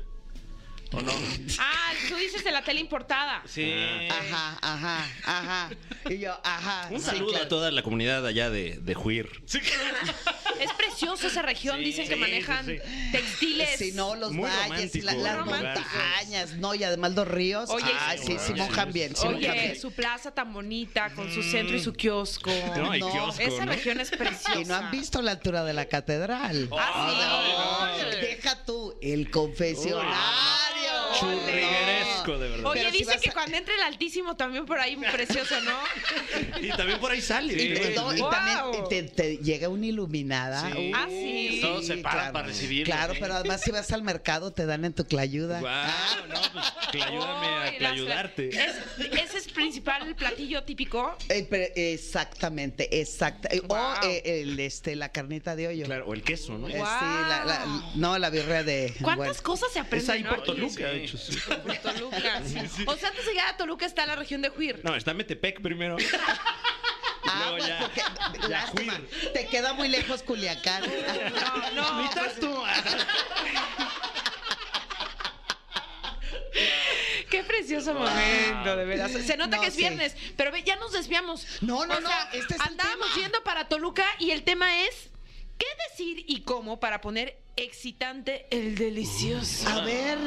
¿O no?
Ah, tú dices de la tele importada.
Sí.
Ajá, ajá, ajá. Y yo, ajá.
Un
sí,
saludo
claro.
a toda la comunidad allá de, de Juir.
Es preciosa esa región. Dicen que manejan textiles.
Si no, los
Muy
valles, y
romántico
la- las
el lugar,
montañas, no, y además los ríos.
Oye,
Ay,
y-
sí, sí, mojan bien, sí, mojan
Oye,
bien.
su plaza tan bonita, con su centro y su kiosco.
Mm. No, y
No,
kiosco,
Esa
¿no?
región es preciosa.
Y no han visto la altura de la
Oh,
catedral.
Oh,
Ah, sí.
No, deja tú el confesionario.
Churrigueresco, de verdad.
Oye,
Pero si
dicen
vas
que
a-
cuando entre el Altísimo también por ahí precioso, ¿no?
Y también por ahí sale.
Y, te- no, y también
Wow.
te, te llega una iluminada.
Sí.
Ah, sí.
Todos se paran para recibirlo,
Claro,
¿eh?
pero además si vas al mercado te dan en tu clayuda.
Guau, no, pues, ayúdame a
Ay, las-
ayudarte. Ah,
Es- ese es principal el platillo típico.
Eh, pero- exactamente, exacta. eh,
Wow.
O eh, el, este, la carnita de hoyo.
Claro, o el queso, ¿no?
Eh, sí, la- la- no, la
<laughs>
birria de.
¿Cuántas
bueno.
cosas se
Es ahí
aprenden?
por
¿no?
Toluca, de hecho. sí.
Por Toluca.
O sea, antes de llegar a Toluca está la región de Huir.
No, está Metepec primero.
Ah,
Luego
pues,
ya-
porque-
ya
lástima, Te queda muy
<laughs>
lejos Culiacán.
No, no.
pues,
Ni tanto.
Qué precioso momento, de veras. Se nota
No,
que es
sí.
viernes, pero ve, ya nos desviamos.
No, no,
O
no,
sea,
este es el
andábamos
tema.
yendo para Toluca y el tema es qué decir y cómo para poner excitante el delicioso.
A ver,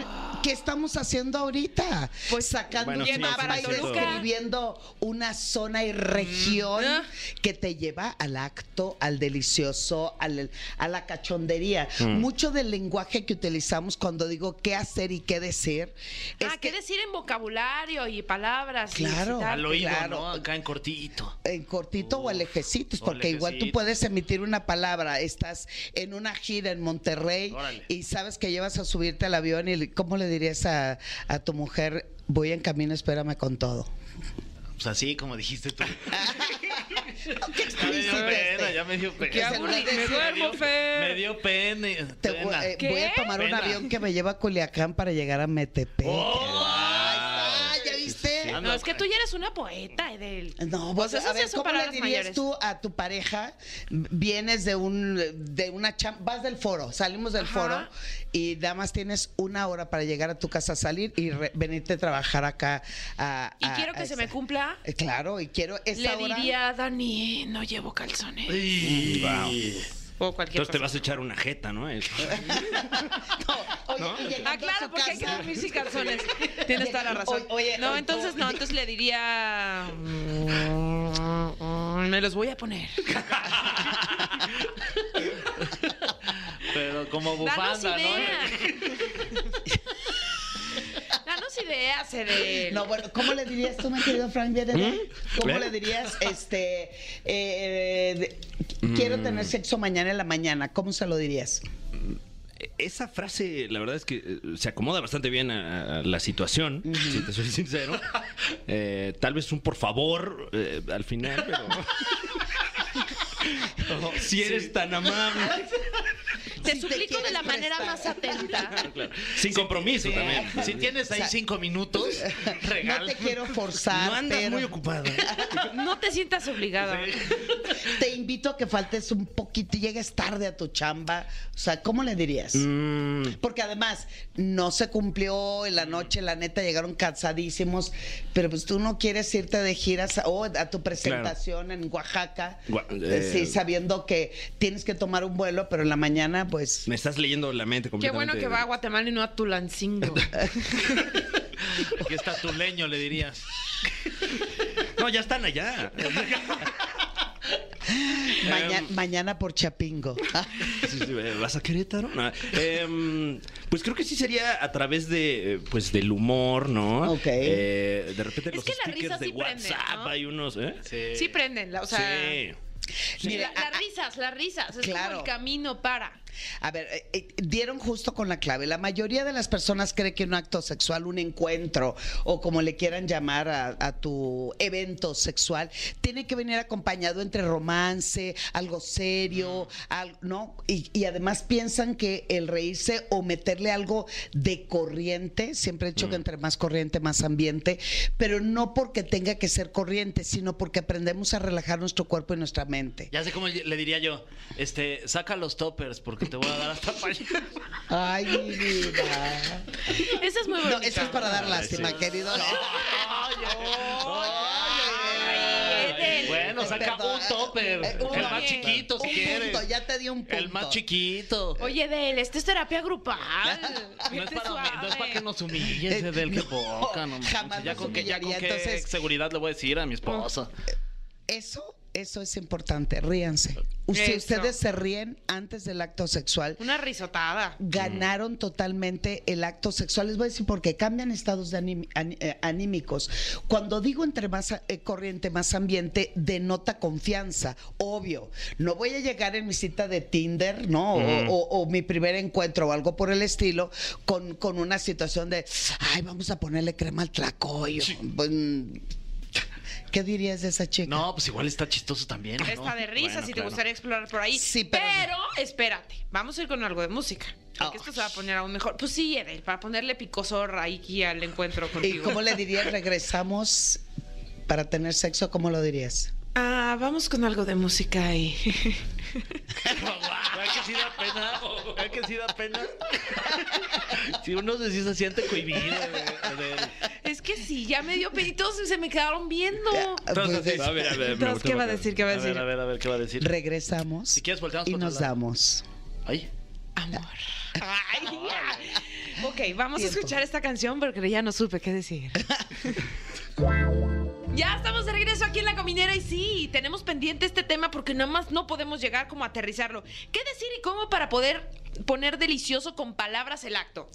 ¿qué estamos haciendo ahorita? Pues sacando
bueno,
un
sí,
mapa
sí,
y
sí, sí.
describiendo una zona y región
Ah.
que te lleva al acto, al delicioso, al- a la cachondería. Mucho del lenguaje que utilizamos cuando digo qué hacer y qué decir es
ah,
que
qué decir en vocabulario y palabras. y
Claro.
excitar.
Al oído,
Claro.
¿no? Acá en cortito.
en cortito o alejecitos,
o
porque igual tú
alejecitos.
puedes emitir una palabra, estás en una gira en Monterrey
Órale.
y sabes que llevas a subirte al avión y le- ¿cómo le dirías a, a tu mujer? Voy en camino, espérame con todo.
Pues así como dijiste tú.
Eh.
¿Qué
Ya me dio
explícito
pena,
este?
ya me dio pena.
Qué
se lo
aburrido. Me
decía,
duermo, Fer.
Me dio pena.
Te voy,
pena.
eh, voy a tomar
Pena.
un avión que me lleva a Culiacán para llegar a Metepec.
¡Oh!
Ahí está, ¿Ya viste?
Ando-
No, es que tú ya eres una poeta, Edel.
No, pues,
esas
a ver,
ya son
¿cómo le
palabras
dirías
mayores.
tú a tu pareja? Vienes de un de una cham- vas del foro, salimos del
Ajá.
foro y nada más tienes una hora para llegar a tu casa, salir y re- venirte a trabajar acá. A,
Y
a-
quiero
a
que se
esta-
me cumpla.
Eh, Claro, y quiero esa
Le
hora.
diría a Dani, "Eh, no llevo calzones.
Y-
O cualquier
Entonces te
cosa.
vas a echar una jeta, ¿no? Es-
No, oye, y llegando
Ah,
a
claro,
su
porque hay que
casa-
dormir sin
<laughs>
calzones. Tienes toda la razón.
Oye, oye,
no,
oye,
entonces no,
oye.
entonces le diría. mm, Me los voy a poner.
Pero como
Danos
bufanda, ¿no? <laughs>
ideas. Danos ideas, Edel.
No, bueno, ¿cómo le dirías tú, mi querido Frank Villanueva? ¿Cómo
Claro.
le dirías, este, eh, de- quiero tener sexo mañana en la mañana? ¿Cómo se lo dirías?
Esa frase, la verdad es que eh, se acomoda bastante bien a, a la situación, si te soy sincero. Eh, tal vez un por favor eh, al final, pero. No, si eres tan amable.
te
Si te
suplico de
quieres
la manera
prestar.
más atenta.
<laughs>
Claro. Sin compromiso también.
Si tienes ahí
O sea,
cinco minutos,
<laughs> No
regálame.
te quiero forzar,
No andas
pero
muy ocupada.
No te sientas obligada.
te invito a que faltes un poquito, llegues tarde a tu chamba. O sea, ¿cómo le dirías?
Mm,
Porque además no se cumplió en la noche, la neta llegaron cansadísimos, pero pues tú no quieres irte de giras a, o a tu presentación en Oaxaca,
Gua-
eh, sí,
eh.
sabiendo que tienes que tomar un vuelo, pero en la mañana
<laughs>
pues
me estás leyendo la mente
Qué
completamente.
bueno que va a Guatemala y no a
<laughs>
Tulancingo.
Aquí está tu leño,
<laughs>
le dirías.
No, ya están allá.
maña-
Eh,
mañana
<laughs>
por Chapingo.
Sí, sí, eh, ¿Vas a Querétaro? No, em, pues creo que sí sería a través de eh, pues del humor, ¿no?
Ok.
Eh, de repente
Es
los
que la
stickers
risa
de
sí prende,
WhatsApp
¿no?
hay unos, ¿eh?
Sí.
Sí prenden, la- o sea,
Sí.
la-
Mira, ah,
las risas, las risas, es como
Claro.
el camino para.
A ver, eh, eh, dieron justo con la clave. La mayoría de las personas cree que un acto sexual, un encuentro o como le quieran llamar a, a tu evento sexual, tiene que venir acompañado entre romance, algo serio, al- ¿no? Y, y además piensan que el reírse o meterle algo de corriente, siempre he dicho que entre más corriente, más ambiente, pero no porque tenga que ser corriente, sino porque aprendemos a relajar nuestro cuerpo y nuestra mente.
Ya sé cómo le diría yo. Este, saca los toppers porque te voy a dar hasta
<laughs>
pañal.
Ay, mi vida.
Esa es muy
No,
bonita.
eso es para dar lástima, querido.
Ay, Edel.
Bueno, saca
este Perdón.
un topper.
Eh, un
el más
punto.
chiquito, si
Un
quieres.
punto, ya te di un punto.
El más chiquito.
Oye, Del, esto es terapia grupal.
No es,
Vete
para, no es para
suave.
que nos humilles,
Eh,
Edel, que
no,
poca, no manches.
jamás
Ya
nos
con, que, ya con
humillaría,
qué
entonces-
seguridad le voy a decir a
<laughs>
mi esposa.
Eso, eso es importante. Ríanse. U- Si
Eso.
ustedes se ríen antes del acto sexual,
Una risotada.
ganaron totalmente el acto sexual. Les voy a decir porque cambian estados de anim- an- eh, anímicos. Cuando digo entre más eh, corriente, más ambiente, denota confianza, obvio. No voy a llegar en mi cita de Tinder, ¿no? O- O, o mi primer encuentro o algo por el estilo, con, con una situación de, ay, vamos a ponerle crema al tlacoyo. Pues, mm, ¿Qué dirías de esa chica?
No, pues igual está chistoso también. ¿no?
Está de risa
Bueno,
si te
claro.
gustaría explorar por ahí.
Sí, pero-
pero... espérate, vamos a ir con algo de música.
Oh,
Porque esto se va a poner aún mejor. Pues sí, Edel, para ponerle picosor ahí aquí al encuentro
¿Y
contigo.
cómo le dirías regresamos para tener sexo? ¿Cómo lo dirías?
Ah, vamos con algo de música ahí. <laughs>
Ay, que sí da pena. Ay, que sí da pena. <laughs> Si uno se- sí se siente cohibido. güey, Edel.
Ah,
Es que sí, ya me dio peditos y se me quedaron viendo.
Pues,
Entonces, a ver, a ver.
Entonces, ¿qué va a decir? ¿Qué va a
A
decir?
ver, a ver, a ver, ¿qué va a decir?
regresamos
Si quieres, volteamos
y
para
nos
otro lado.
damos.
Ay.
Amor. Ay, ya. Ok, vamos a
Tiempo.
escuchar esta canción porque ya no supe qué
<laughs>
decir.
Ya estamos de regreso aquí en la caminera y sí, tenemos pendiente este tema porque nada más no podemos llegar como a aterrizarlo. ¿Qué decir y cómo para poder poner delicioso con palabras el acto?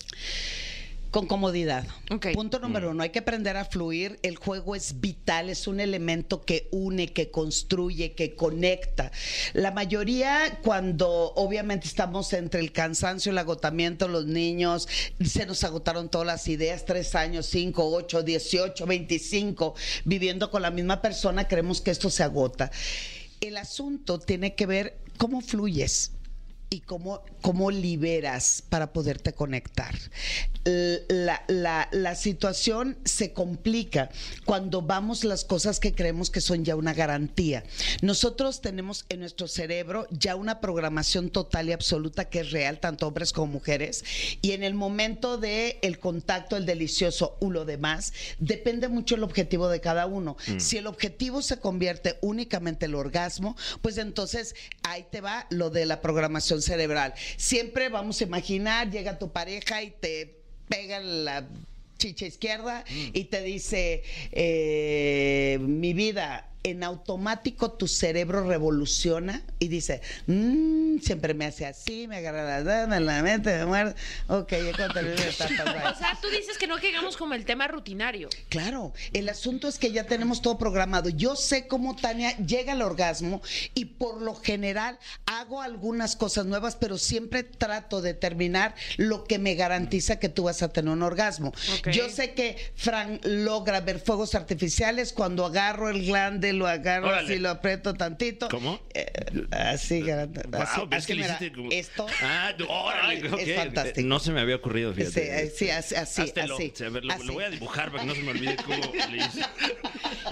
Con comodidad.
Ok.
Mm.
Punto número uno, hay que aprender a fluir. El juego es vital, es un elemento que une, que construye, que conecta. La mayoría, cuando obviamente estamos entre el cansancio, el agotamiento, los niños, se nos agotaron todas las ideas, tres años, cinco, ocho, dieciocho, veinticinco, viviendo con la misma persona, creemos que esto se agota. El asunto tiene que ver cómo fluyes y cómo, cómo liberas para poderte conectar. L- La, la- la situación se complica cuando vamos las cosas que creemos que son ya una garantía. Nosotros tenemos en nuestro cerebro ya una programación total y absoluta que es real, tanto hombres como mujeres, y en el momento de el contacto, el delicioso u lo demás, depende mucho el objetivo de cada uno. Si el objetivo se convierte únicamente el orgasmo, pues entonces ahí te va lo de la programación cerebral. Siempre vamos a imaginar, llega tu pareja y te pega la chicha izquierda y te dice, eh, mi vida, en automático tu cerebro revoluciona y dice, "Mm, siempre me hace así, me agarra la dana, la mente, me muerde. Ok, ya contaré las etapas, bye".
O sea, tú dices que no llegamos como el tema rutinario.
Claro, el asunto es que ya tenemos todo programado. Yo sé cómo Tania llega al orgasmo y por lo general hago algunas cosas nuevas, pero siempre trato de terminar lo que me garantiza que tú vas a tener un orgasmo.
Ok.
Yo sé que Frank logra ver fuegos artificiales cuando agarro el glande, lo agarro
Órale.
así, lo aprieto tantito.
¿Cómo?
Eh, así, garante-
Wow, pero es
así, así,
que le
mira,
hiciste como-
esto.
Ah, no, órale,
Es
ok.
fantástico.
No se me había ocurrido,
Sí, eh,
fíjate. este,
sí, así, así,
Háztelo.
así,
O sea, a ver, lo, lo
así.
voy a dibujar para que no se me olvide cómo le hice.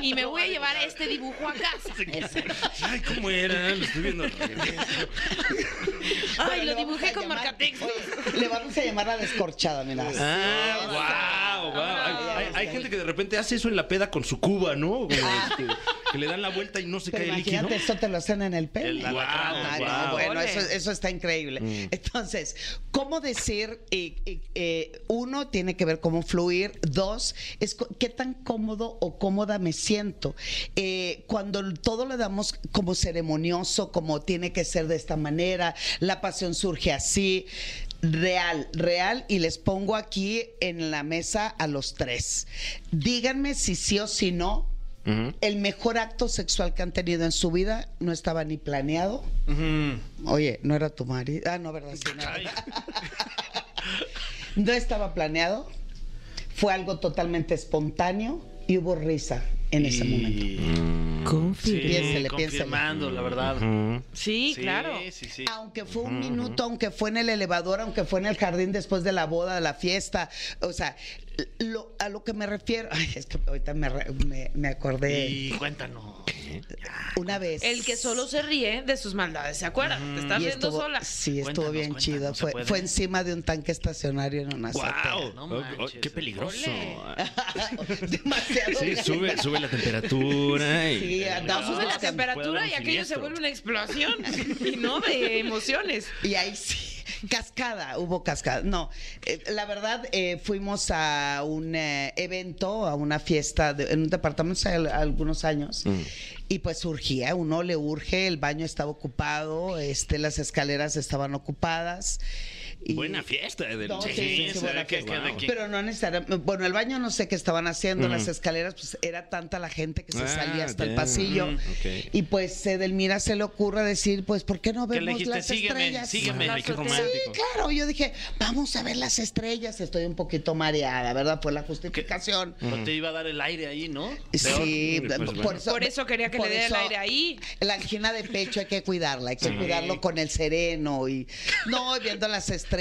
Y me voy a llevar este dibujo a casa.
Ay, ¿cómo era? Lo estoy
<laughs>
viendo.
Ay,
Pero
lo
le vamos
dibujé
a
con
llamar-
marcatexto.
Oye, <laughs> Le vamos a llamar a descorchada, mira.
Ah, wow, wow. Hay, hay- hay gente que de repente hace eso en la peda con su cuba, ¿no? Como este, que le dan la vuelta y no se
Pero
cae el líquido.
imagínate, eso te lo hacen en el pelo.
El alacrán,
no,
guau. Mm.
bueno,
Ole.
eso, eso está increíble. Entonces, ¿cómo decir? eh, eh, eh, uno, tiene que ver cómo fluir. Dos, es co- qué tan cómodo o cómoda me siento. Eh, cuando todo le damos como ceremonioso, como tiene que ser de esta manera, la pasión surge así. Real, real, y les pongo aquí en la mesa a los tres. Díganme si sí o si no el mejor acto sexual que han tenido en su vida no estaba ni planeado. Oye, no era tu marido. Ah, no, ¿verdad? Sí, no. <laughs> no estaba planeado. Fue algo totalmente espontáneo y hubo risa en ese momento.
Sí,
Piénsele, piénsele.
confirmando, la verdad.
Sí,
Sí,
claro.
Sí, sí.
Aunque fue un minuto, aunque fue en el elevador, aunque fue en el jardín después de la boda, de la fiesta. O sea, lo- a lo que me refiero. Ay, es que ahorita me, re- me- me acordé.
Y cuéntanos.
Una vez.
El que solo se ríe de sus maldades, ¿se acuerdan? Te estás
Y
viendo
estuvo-
sola.
Sí, estuvo
Cuéntanos,
bien
cuéntanos,
chido.
¿se
Fue,
puede?
fue encima de un tanque estacionario en
<laughs>
una azotea.
¡Wow!
No
Oh, oh,
manches.
¡Qué peligroso!
<laughs> Demasiado.
Sí,
grande.
sube, sube la temperatura. y-
Sí, andamos
Sube la
buscando.
puede
temperatura
haber
y
un
aquello se
siniestro.
vuelve una explosión. <laughs> Y no de emociones.
Y ahí sí, cascada, hubo cascada. No, eh, la verdad, eh, fuimos a un eh, evento, a una fiesta de- en un departamento hace al- algunos años,
Mm.
y pues surgía, uno le urge, el baño estaba ocupado, este, las escaleras estaban ocupadas. y-
Buena fiesta. del-
No, sí, sí, sí,
se
buena
ve que-
fiesta.
que-
Wow.
que-
Pero no necesariamente. Bueno, el baño no sé qué estaban haciendo, las escaleras, pues era tanta la gente que se
Ah,
salía hasta el
ya.
pasillo.
Mm, ok.
Y pues Edelmira se le ocurre decir, pues, ¿por qué no
¿Qué le
vemos
dijiste?
las
Sígueme,
estrellas?
sígueme.
Las
Ay, qué
azoteas.
romántico.
Claro, yo dije, vamos a ver las estrellas. Estoy un poquito mareada, ¿verdad? Por la justificación.
No te iba a dar el aire ahí, ¿no?
Sí,
Peor. Pues, bueno.
Por eso quería que
por
le diera el
eso
aire ahí.
La angina de pecho hay que cuidarla, hay que cuidarlo con el sereno y no viendo las estrellas,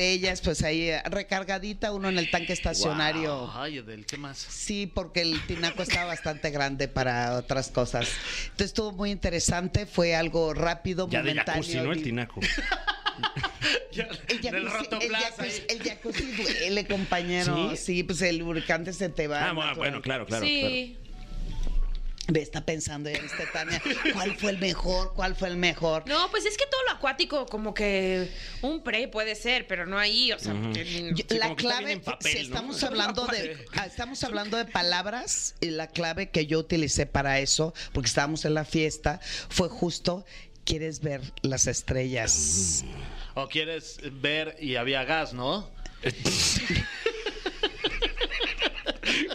pues ahí eh, recargadita uno en el tanque estacionario.
Ay, Edel, ¿qué
<laughs>
más?
Sí, porque el tinaco estaba bastante grande para otras cosas. Entonces estuvo muy interesante, fue algo rápido,
Ya de
momentáneo.
jacuzzi, ¿no? El
y-
tinaco.
el jacuzzi,
Del
el
Rotoplaza,
jacuzzi-
¿eh?
el jacuzzi duele, compañero. ¿Sí?
¿Sí?
pues el lubricante se te va.
Ah, bueno,
natural.
bueno, claro, claro.
sí.
Ve, está pensando, ya viste, Tania, ¿cuál fue el mejor? ¿Cuál fue el mejor?
No, pues es que todo lo acuático, como que un pre puede ser, pero no ahí. O sea, porque-
Yo-
Sí,
la
como que está bien
clave,
en papel,
si
¿no?
estamos hablando de, ah, estamos hablando de palabras y la clave que yo utilicé para eso, porque estábamos en la fiesta, fue justo, quieres ver las estrellas.
O quieres ver y había gas, ¿no?
Claro,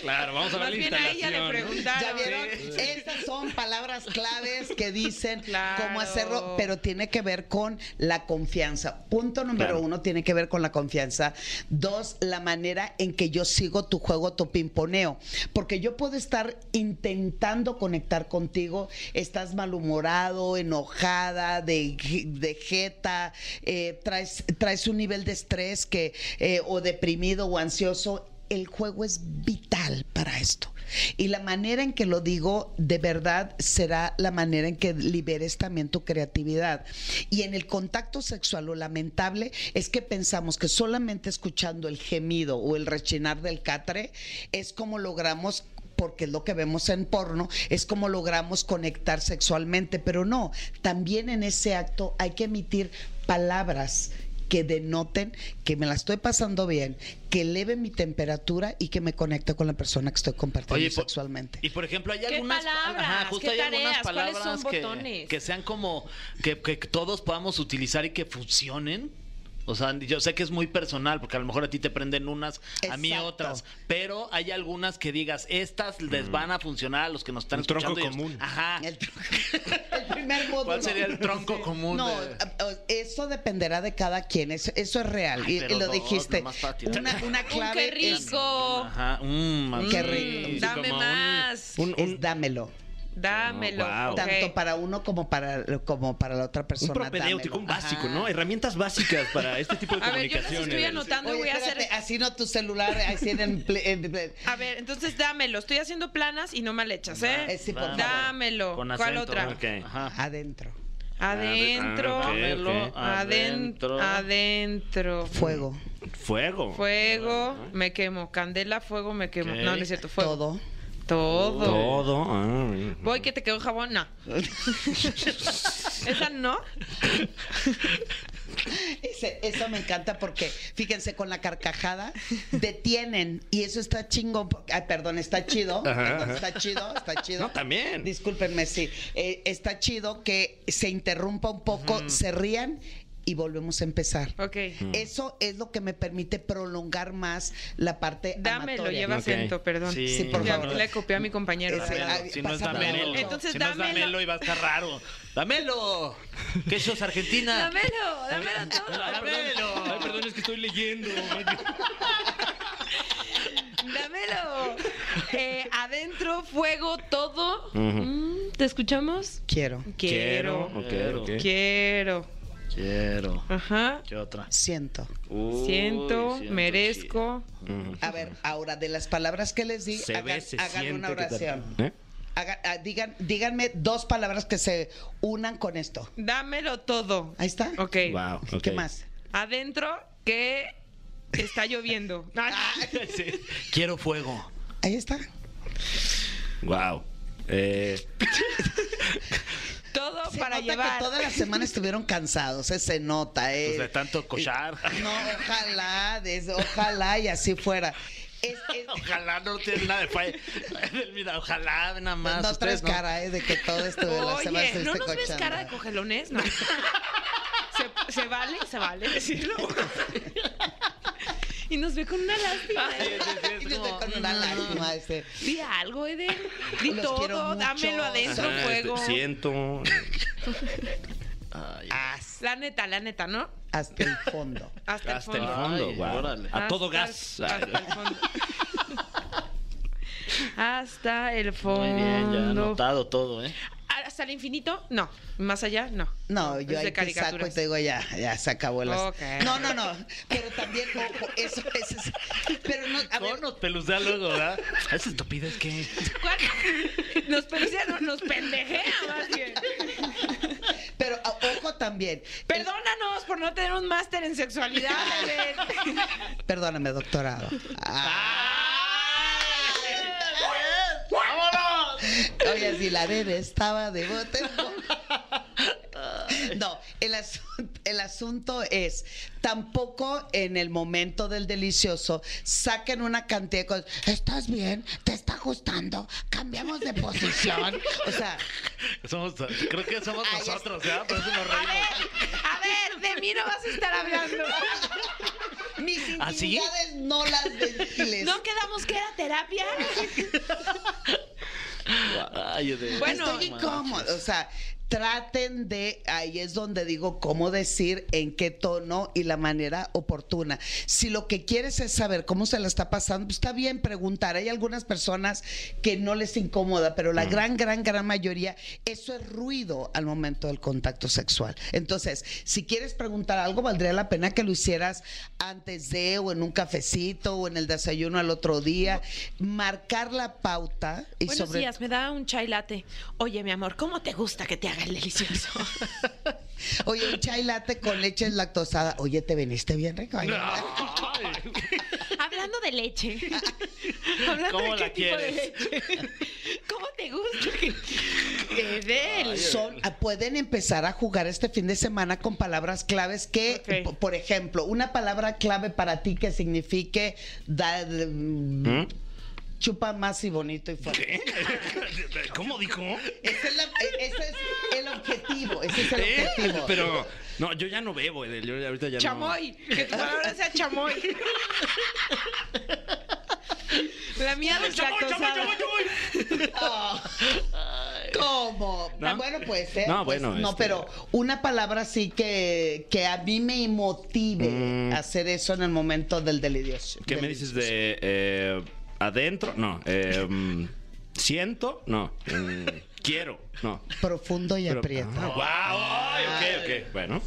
Claro, vamos a
Más
ver la
bien a ella
instalación.
le
Ya
preguntaron.
vieron, estas son palabras claves que dicen
Claro.
cómo hacerlo, pero tiene que ver con la confianza. Punto número
Claro.
uno tiene que ver con la confianza. Dos, la manera en que yo sigo tu juego, tu pimponeo. Porque yo puedo estar intentando conectar contigo, estás malhumorado, enojada, de, de jeta, eh, traes, traes un nivel de estrés que, eh, o deprimido o ansioso el juego es vital para esto. Y la manera en que lo digo de verdad será la manera en que liberes también tu creatividad. Y en el contacto sexual lo lamentable es que pensamos que solamente escuchando el gemido o el rechinar del catre es como logramos porque es lo que vemos en porno, es como logramos conectar sexualmente, pero no, también en ese acto hay que emitir palabras que denoten que me la estoy pasando bien, que eleve mi temperatura y que me conecte con la persona que estoy compartiendo
Oye, po-
sexualmente.
Y por ejemplo, hay
¿Qué
algunas
palabras?
justo
¿Qué
hay algunas
tareas? ¿Cuáles son
palabras que,
botones?
que sean como que, que todos podamos utilizar y que funcionen. O sea, yo sé que es muy personal, porque a lo mejor a ti te prenden unas, a mí
Exacto.
otras, pero hay algunas que digas, estas
Mm.
les van a funcionar a los que nos están
Un tronco
escuchando. y ellos-
común.
Ajá.
El, tronco- <laughs> el primer módulo.
¿Cuál sería el tronco común?
No,
de-
eh, eso dependerá de cada quien, eso, eso es real
Ay,
y- y,
pero
lo
dos,
dijiste.
lo más fácil.
Una, una
Un
clave
qué
es-
rico.
Ajá. mm,
Qué
Mm,
rico.
sí,
Dame
como un- Ah,
más.
Un,
es
un-
dámelo.
Dámelo.
Wow.
ok.
Tanto para uno como para, como para la otra
un
persona.
propedéutico,
dámelo.
un básico, ¿no? Herramientas básicas para este tipo de
A ver, yo
comunicaciones.
les estoy anotando y
Oye,
voy a hacer.
espérate, ah. así no tu celular, así en, el ple- en- en-
A ver, entonces dámelo. Estoy haciendo planas y no mal hechas,
Eh,
¿eh?
sí, por favor.
Dámelo.
Con
¿Cuál
acento,
otra?
¿no?
Ok.
Ajá.
adentro.
Adentro.
Ah, ok,
Dámelo,
ok.
Adentro. Adentro.
Fuego.
Fuego.
Fuego, me quemo. Candela, fuego, me quemo.
Ok.
No, no es cierto. Fuego.
Todo.
Todo.
Todo. ah, mm.
Voy que te quedó jabón. No. Esa no.
Ese- eso me encanta porque, fíjense, con la carcajada detienen y eso está chingón. porque- ay, perdón, está chido.
Ajá,
perdón,
ajá.
está chido, está chido.
No, también.
Discúlpenme, sí. Eh, está chido que se interrumpa un poco, se rían y volvemos a empezar.
Ok.
Mm.
Eso es lo que me permite prolongar más la parte
Dámelo,
amatoria.
lleva
Ok.
acento, perdón.
Sí.
Sí, por
Ya
favor.
le copié a mi compañero.
Ese- ah,
¿verdad?
ay,
Si no es
pasa
damelo.
mucho.
Entonces,
si no es
dámelo.
damelo, iba a estar raro. ¡Damelo! ¡Que eso es Argentina!
Dámelo, dámelo todo.
¡Damelo!
Ay, perdón, es que estoy leyendo.
Dámelo. Eh, adentro, fuego, todo. Mm, ¿Te escuchamos?
Quiero.
Quiero.
Ok, ok.
Quiero.
Quiero.
Ajá.
¿Qué otra?
Siento.
Siento, merezco.
A ver, ahora de las palabras que les di,
Se ve,
hagan,
se
hagan
siente
una
que tal.
oración.
¿Eh?
Haga- ah, digan, díganme dos palabras que se unan con esto.
Dámelo todo.
Ahí está.
Ok.
Wow.
¿Qué más?
Adentro que está
<laughs>
lloviendo.
<laughs>
Quiero fuego.
Ahí está.
Wow. Eh,
Todo
Se
para
nota
llevar.
que toda la semana estuvieron cansados, eh, se nota, eh.
Pues de tanto cochar.
No, ojalá, des- ojalá y así fuera. Es, es-
<laughs> Ojalá no tiene nada de falla. <laughs> Mira, ojalá nada más.
no
ustedes
traes cara, eh, de que todo esto de la semana
Oye, ¿no
estuviste
nos ves
cochando.
cara de cogelones?
<laughs>
No. ¿Se, se vale? ¿Se vale
<laughs>
decirlo?
Y nos ve con una lástima.
Sí, sí, sí, es
Y yo
como-
estoy con una lástima, este.
Di algo, Eden.
Di
Los quiero
todo,
mucho.
dámelo adentro,
Ajá,
fuego.
este, siento.
Hasta,
La neta, la neta, ¿no?
hasta el fondo.
Hasta,
Hasta
el
el
fondo.
fondo,
Ay,
guau.
órale.
A todo
Hasta-
gas. Ah.
Hasta el fondo. Hasta el
<laughs>
fondo.
Muy bien,
Mm,
ya anotado todo, ¿eh?
Hasta el infinito, no. Más allá, no.
No, yo
Es de
ahí te saco y
caricaturas.
te digo ya, ya se acabó el asunto.
Ok.
No, no, no. Pero también, ojo, eso, eso es. Pero no, a ver,
No nos pelucea luego,
<laughs>
¿verdad? Esa estupidez que.
¿Cuál? Nos pendejea, no, nos pendejea más bien.
pero a- ojo también.
Perdónanos por no tener un máster en sexualidad, Belén.
Perdóname, doctorado. Ah, oye, si la bebé estaba de bote. No, el asunto, el asunto es, tampoco en el momento del delicioso saquen una cantidad de cosas. ¿Estás bien? ¿Te está gustando? ¿Cambiamos de posición? O sea,
<laughs> Somos, creo que somos
Ay, es-
nosotros, ¿verdad? Por eso nos
A
reímos.
ver, a ver, de mí no vas a estar hablando.
mis
¿Ah, sí?
intimidades
<laughs>
no las ventiles.
No quedamos que era terapia.
Ay, de...
Bueno,
Estoy incómodo. O sea, traten de, ahí es donde digo cómo decir, en qué tono y la manera oportuna. Si lo que quieres es saber cómo se la está pasando, pues está bien preguntar. Hay algunas personas que no les incomoda, pero la gran, gran, gran mayoría, eso es ruido al momento del contacto sexual. Entonces, si quieres preguntar algo, valdría la pena que lo hicieras antes de o en un cafecito o en el desayuno al otro día. Marcar la pauta y
Buenos
sobre
días, me da un chai latte. Oye, mi amor, ¿cómo te gusta que te haga el delicioso?
Oye, un chai latte con leche lactosada. Oye, te veniste bien rico. ¿eh? Ay,
Hablando
<laughs>
de leche. Hablando
¿Cómo
de
la
qué tipo de leche.
<laughs>
¿Cómo te gusta que que dé el-
Son, ah, pueden empezar a jugar este fin de semana con palabras claves que, eh,
Ok.
po- por ejemplo, una palabra clave para ti que signifique da- mm, chupa más y bonito y fuerte.
<laughs>
¿Cómo dijo?
Ese es, la- e- ese es el objetivo. Ese es el
¿Eh?
objetivo.
<laughs> Pero no, yo ya no bebo, Edel, yo ahorita ya no-
Chamoy, que tu palabra sea chamoy. La mía de
Oh. ¿Cómo?
¿No?
Bueno, pues, ¿eh?
No,
Pues,
bueno,
No,
este-
pero una palabra sí que, que a mí me motive
Mm.
a hacer eso en el momento del delicio.
¿Qué me
del-
dices de eh, adentro? No. eh, siento? No. eh, quiero? No.
Profundo y
Pero-
aprieto.
Ah, wow. Ay, ok, ok. Bueno.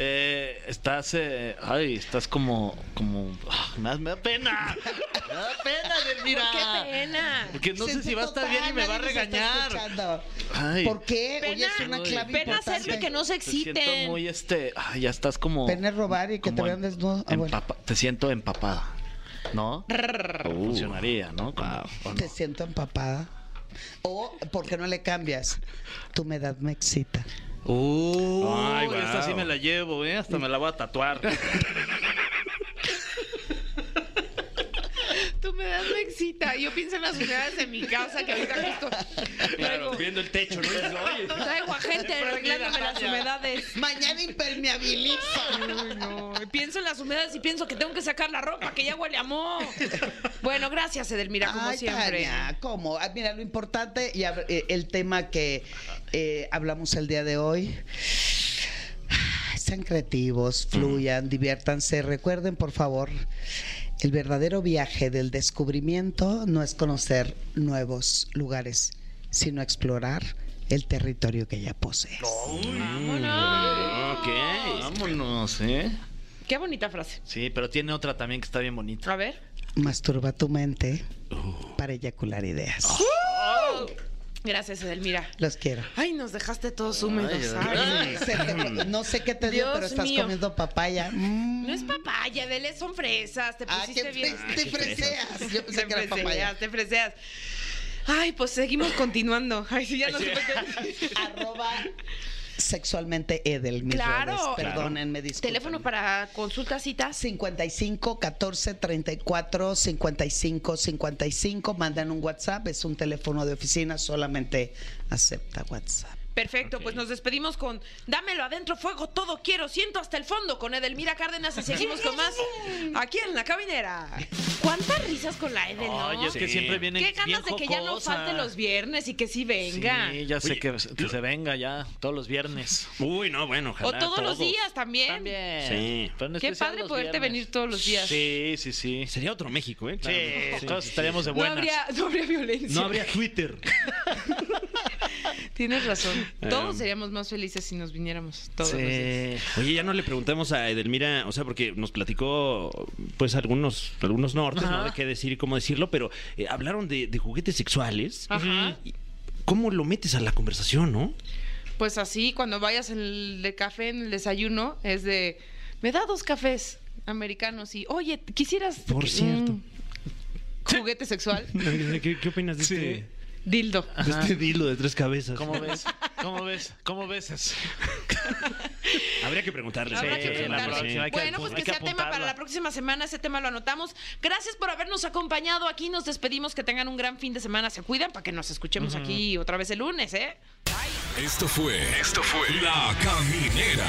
Eh, estás, eh, ay, estás como, como, ah, me, da, me da pena, me da pena, Delmira.
¡Qué pena!
Porque no sé
Siento
si va a estar
total,
bien y me va a
nadie nos está
regañar.
escuchando.
Ay.
¿Por qué? Oye,
Pena,
es una clave
pena
importante.
hacerlo y que no se
Te siento
exciten.
muy, este, ay, ya estás como.
Pena es robar y que te
como
vean
em-
desnudo. Ah, bueno.
empapa- te siento empapada, ¿no?
Uh,
Funcionaría, ¿no? Como- ¿o no?
Te siento empapada. O, ¿por qué no le cambias? Tu edad me excita.
Uh,
Ay, guau.
esta sí me la llevo, ¿eh? Hasta me la voy a tatuar.
Tu
humedad me excita. Yo pienso en las humedades de mi casa que ahorita justo
Claro, viendo el techo, ¿no? Dices, "Oye".
traigo a gente arreglándome las humedades.
Mañana impermeabiliza.
Uy, no. Pienso en las humedades y pienso que tengo que sacar la ropa, que ya huele a moho. Bueno, gracias, Edelmira, como
Ay,
siempre.
Tania, ¿cómo? Ah, mira, lo importante y ab- eh, el tema que eh, hablamos el día de hoy. Sean creativos,
Mm.
fluyan, diviértanse. Recuerden, por favor, el verdadero viaje del descubrimiento no es conocer nuevos lugares, sino explorar el territorio que ya posees.
mm,
Vámonos.
Ok, vámonos, ¿eh?
Qué bonita frase.
Sí, pero tiene otra también que está bien bonita.
A ver.
Masturba tu mente
Oh.
para eyacular ideas.
Ah. Gracias, Edelmira.
Los quiero.
Ay, nos dejaste todos húmedos. Ay.
Se te- no sé qué te dio,
Dios
pero estás
mío.
comiendo papaya. Mm.
No es papaya, Dele, son fresas. Te
Ah, que
pusiste bien.
fres- te freseas. Yo pensé
Te
que era papaya.
freseas, te freseas. Ay, pues seguimos continuando. Ay, sí, ya no supe qué <laughs> decir.
Arroba sexualmente Edel. mis
Claro.
redes. Perdónenme, disculpen.
Teléfono para consultas, citas.
55 14 34 55 55. Mandan un WhatsApp. Es un teléfono de oficina. Solamente acepta WhatsApp.
Perfecto, pues nos despedimos con Dámelo adentro, fuego, todo quiero, siento hasta el fondo con Edelmira Cárdenas y seguimos con más aquí en la cabinera. ¿Cuántas risas con la Edel, no?
Ay, es que
Sí.
siempre viene
Qué ganas de que ya no falte los viernes y que sí venga.
Sí, ya sé
Oye,
que, que se venga ya todos los viernes.
Uy, no, bueno,
o
ojalá.
todos, los días también.
También.
Sí.
Pero en
Qué
especial
padre
los
poderte
viernes.
venir todos los días.
Sí, sí, sí. Sí,
Sería otro México, ¿eh? Claro.
todos estaríamos de
No
buenas.
habría, no habría violencia.
No habría Twitter.
Tienes razón. Todos
Em.
seríamos más felices si nos viniéramos <laughs> todos los días.
Sí.
Oye, ya no le preguntamos a Edelmira, o sea, porque nos platicó, pues, algunos, algunos nortes, ¿no? De qué decir y cómo decirlo, pero eh, hablaron de, de juguetes sexuales.
Ajá.
Y- ¿Cómo lo metes a la conversación, no?
Pues así, cuando vayas en el de café en el desayuno, es de me da dos cafés americanos y oye, quisieras
Por
que-
cierto.
mm, juguete sexual,
¿Qué, opinas de este,
<laughs>
dildo.
dilo de tres
<laughs>
cabezas?
¿Cómo ves? ¿Cómo ves? ¿Cómo ves eso?
Habría que preguntarles.
Habrá
¿no?
que
Sí,
preguntarle.
la
preguntarle.
próxima.
hay que
Bueno,
apu-
pues
hay
que
que
sea tema para
apuntarlo.
la próxima semana, ese tema lo anotamos. Gracias por habernos acompañado aquí, nos despedimos, que tengan un gran fin de semana, se cuidan para que nos escuchemos aquí otra vez el lunes, ¿eh?
Esto fue. Esto fue. La Caminera.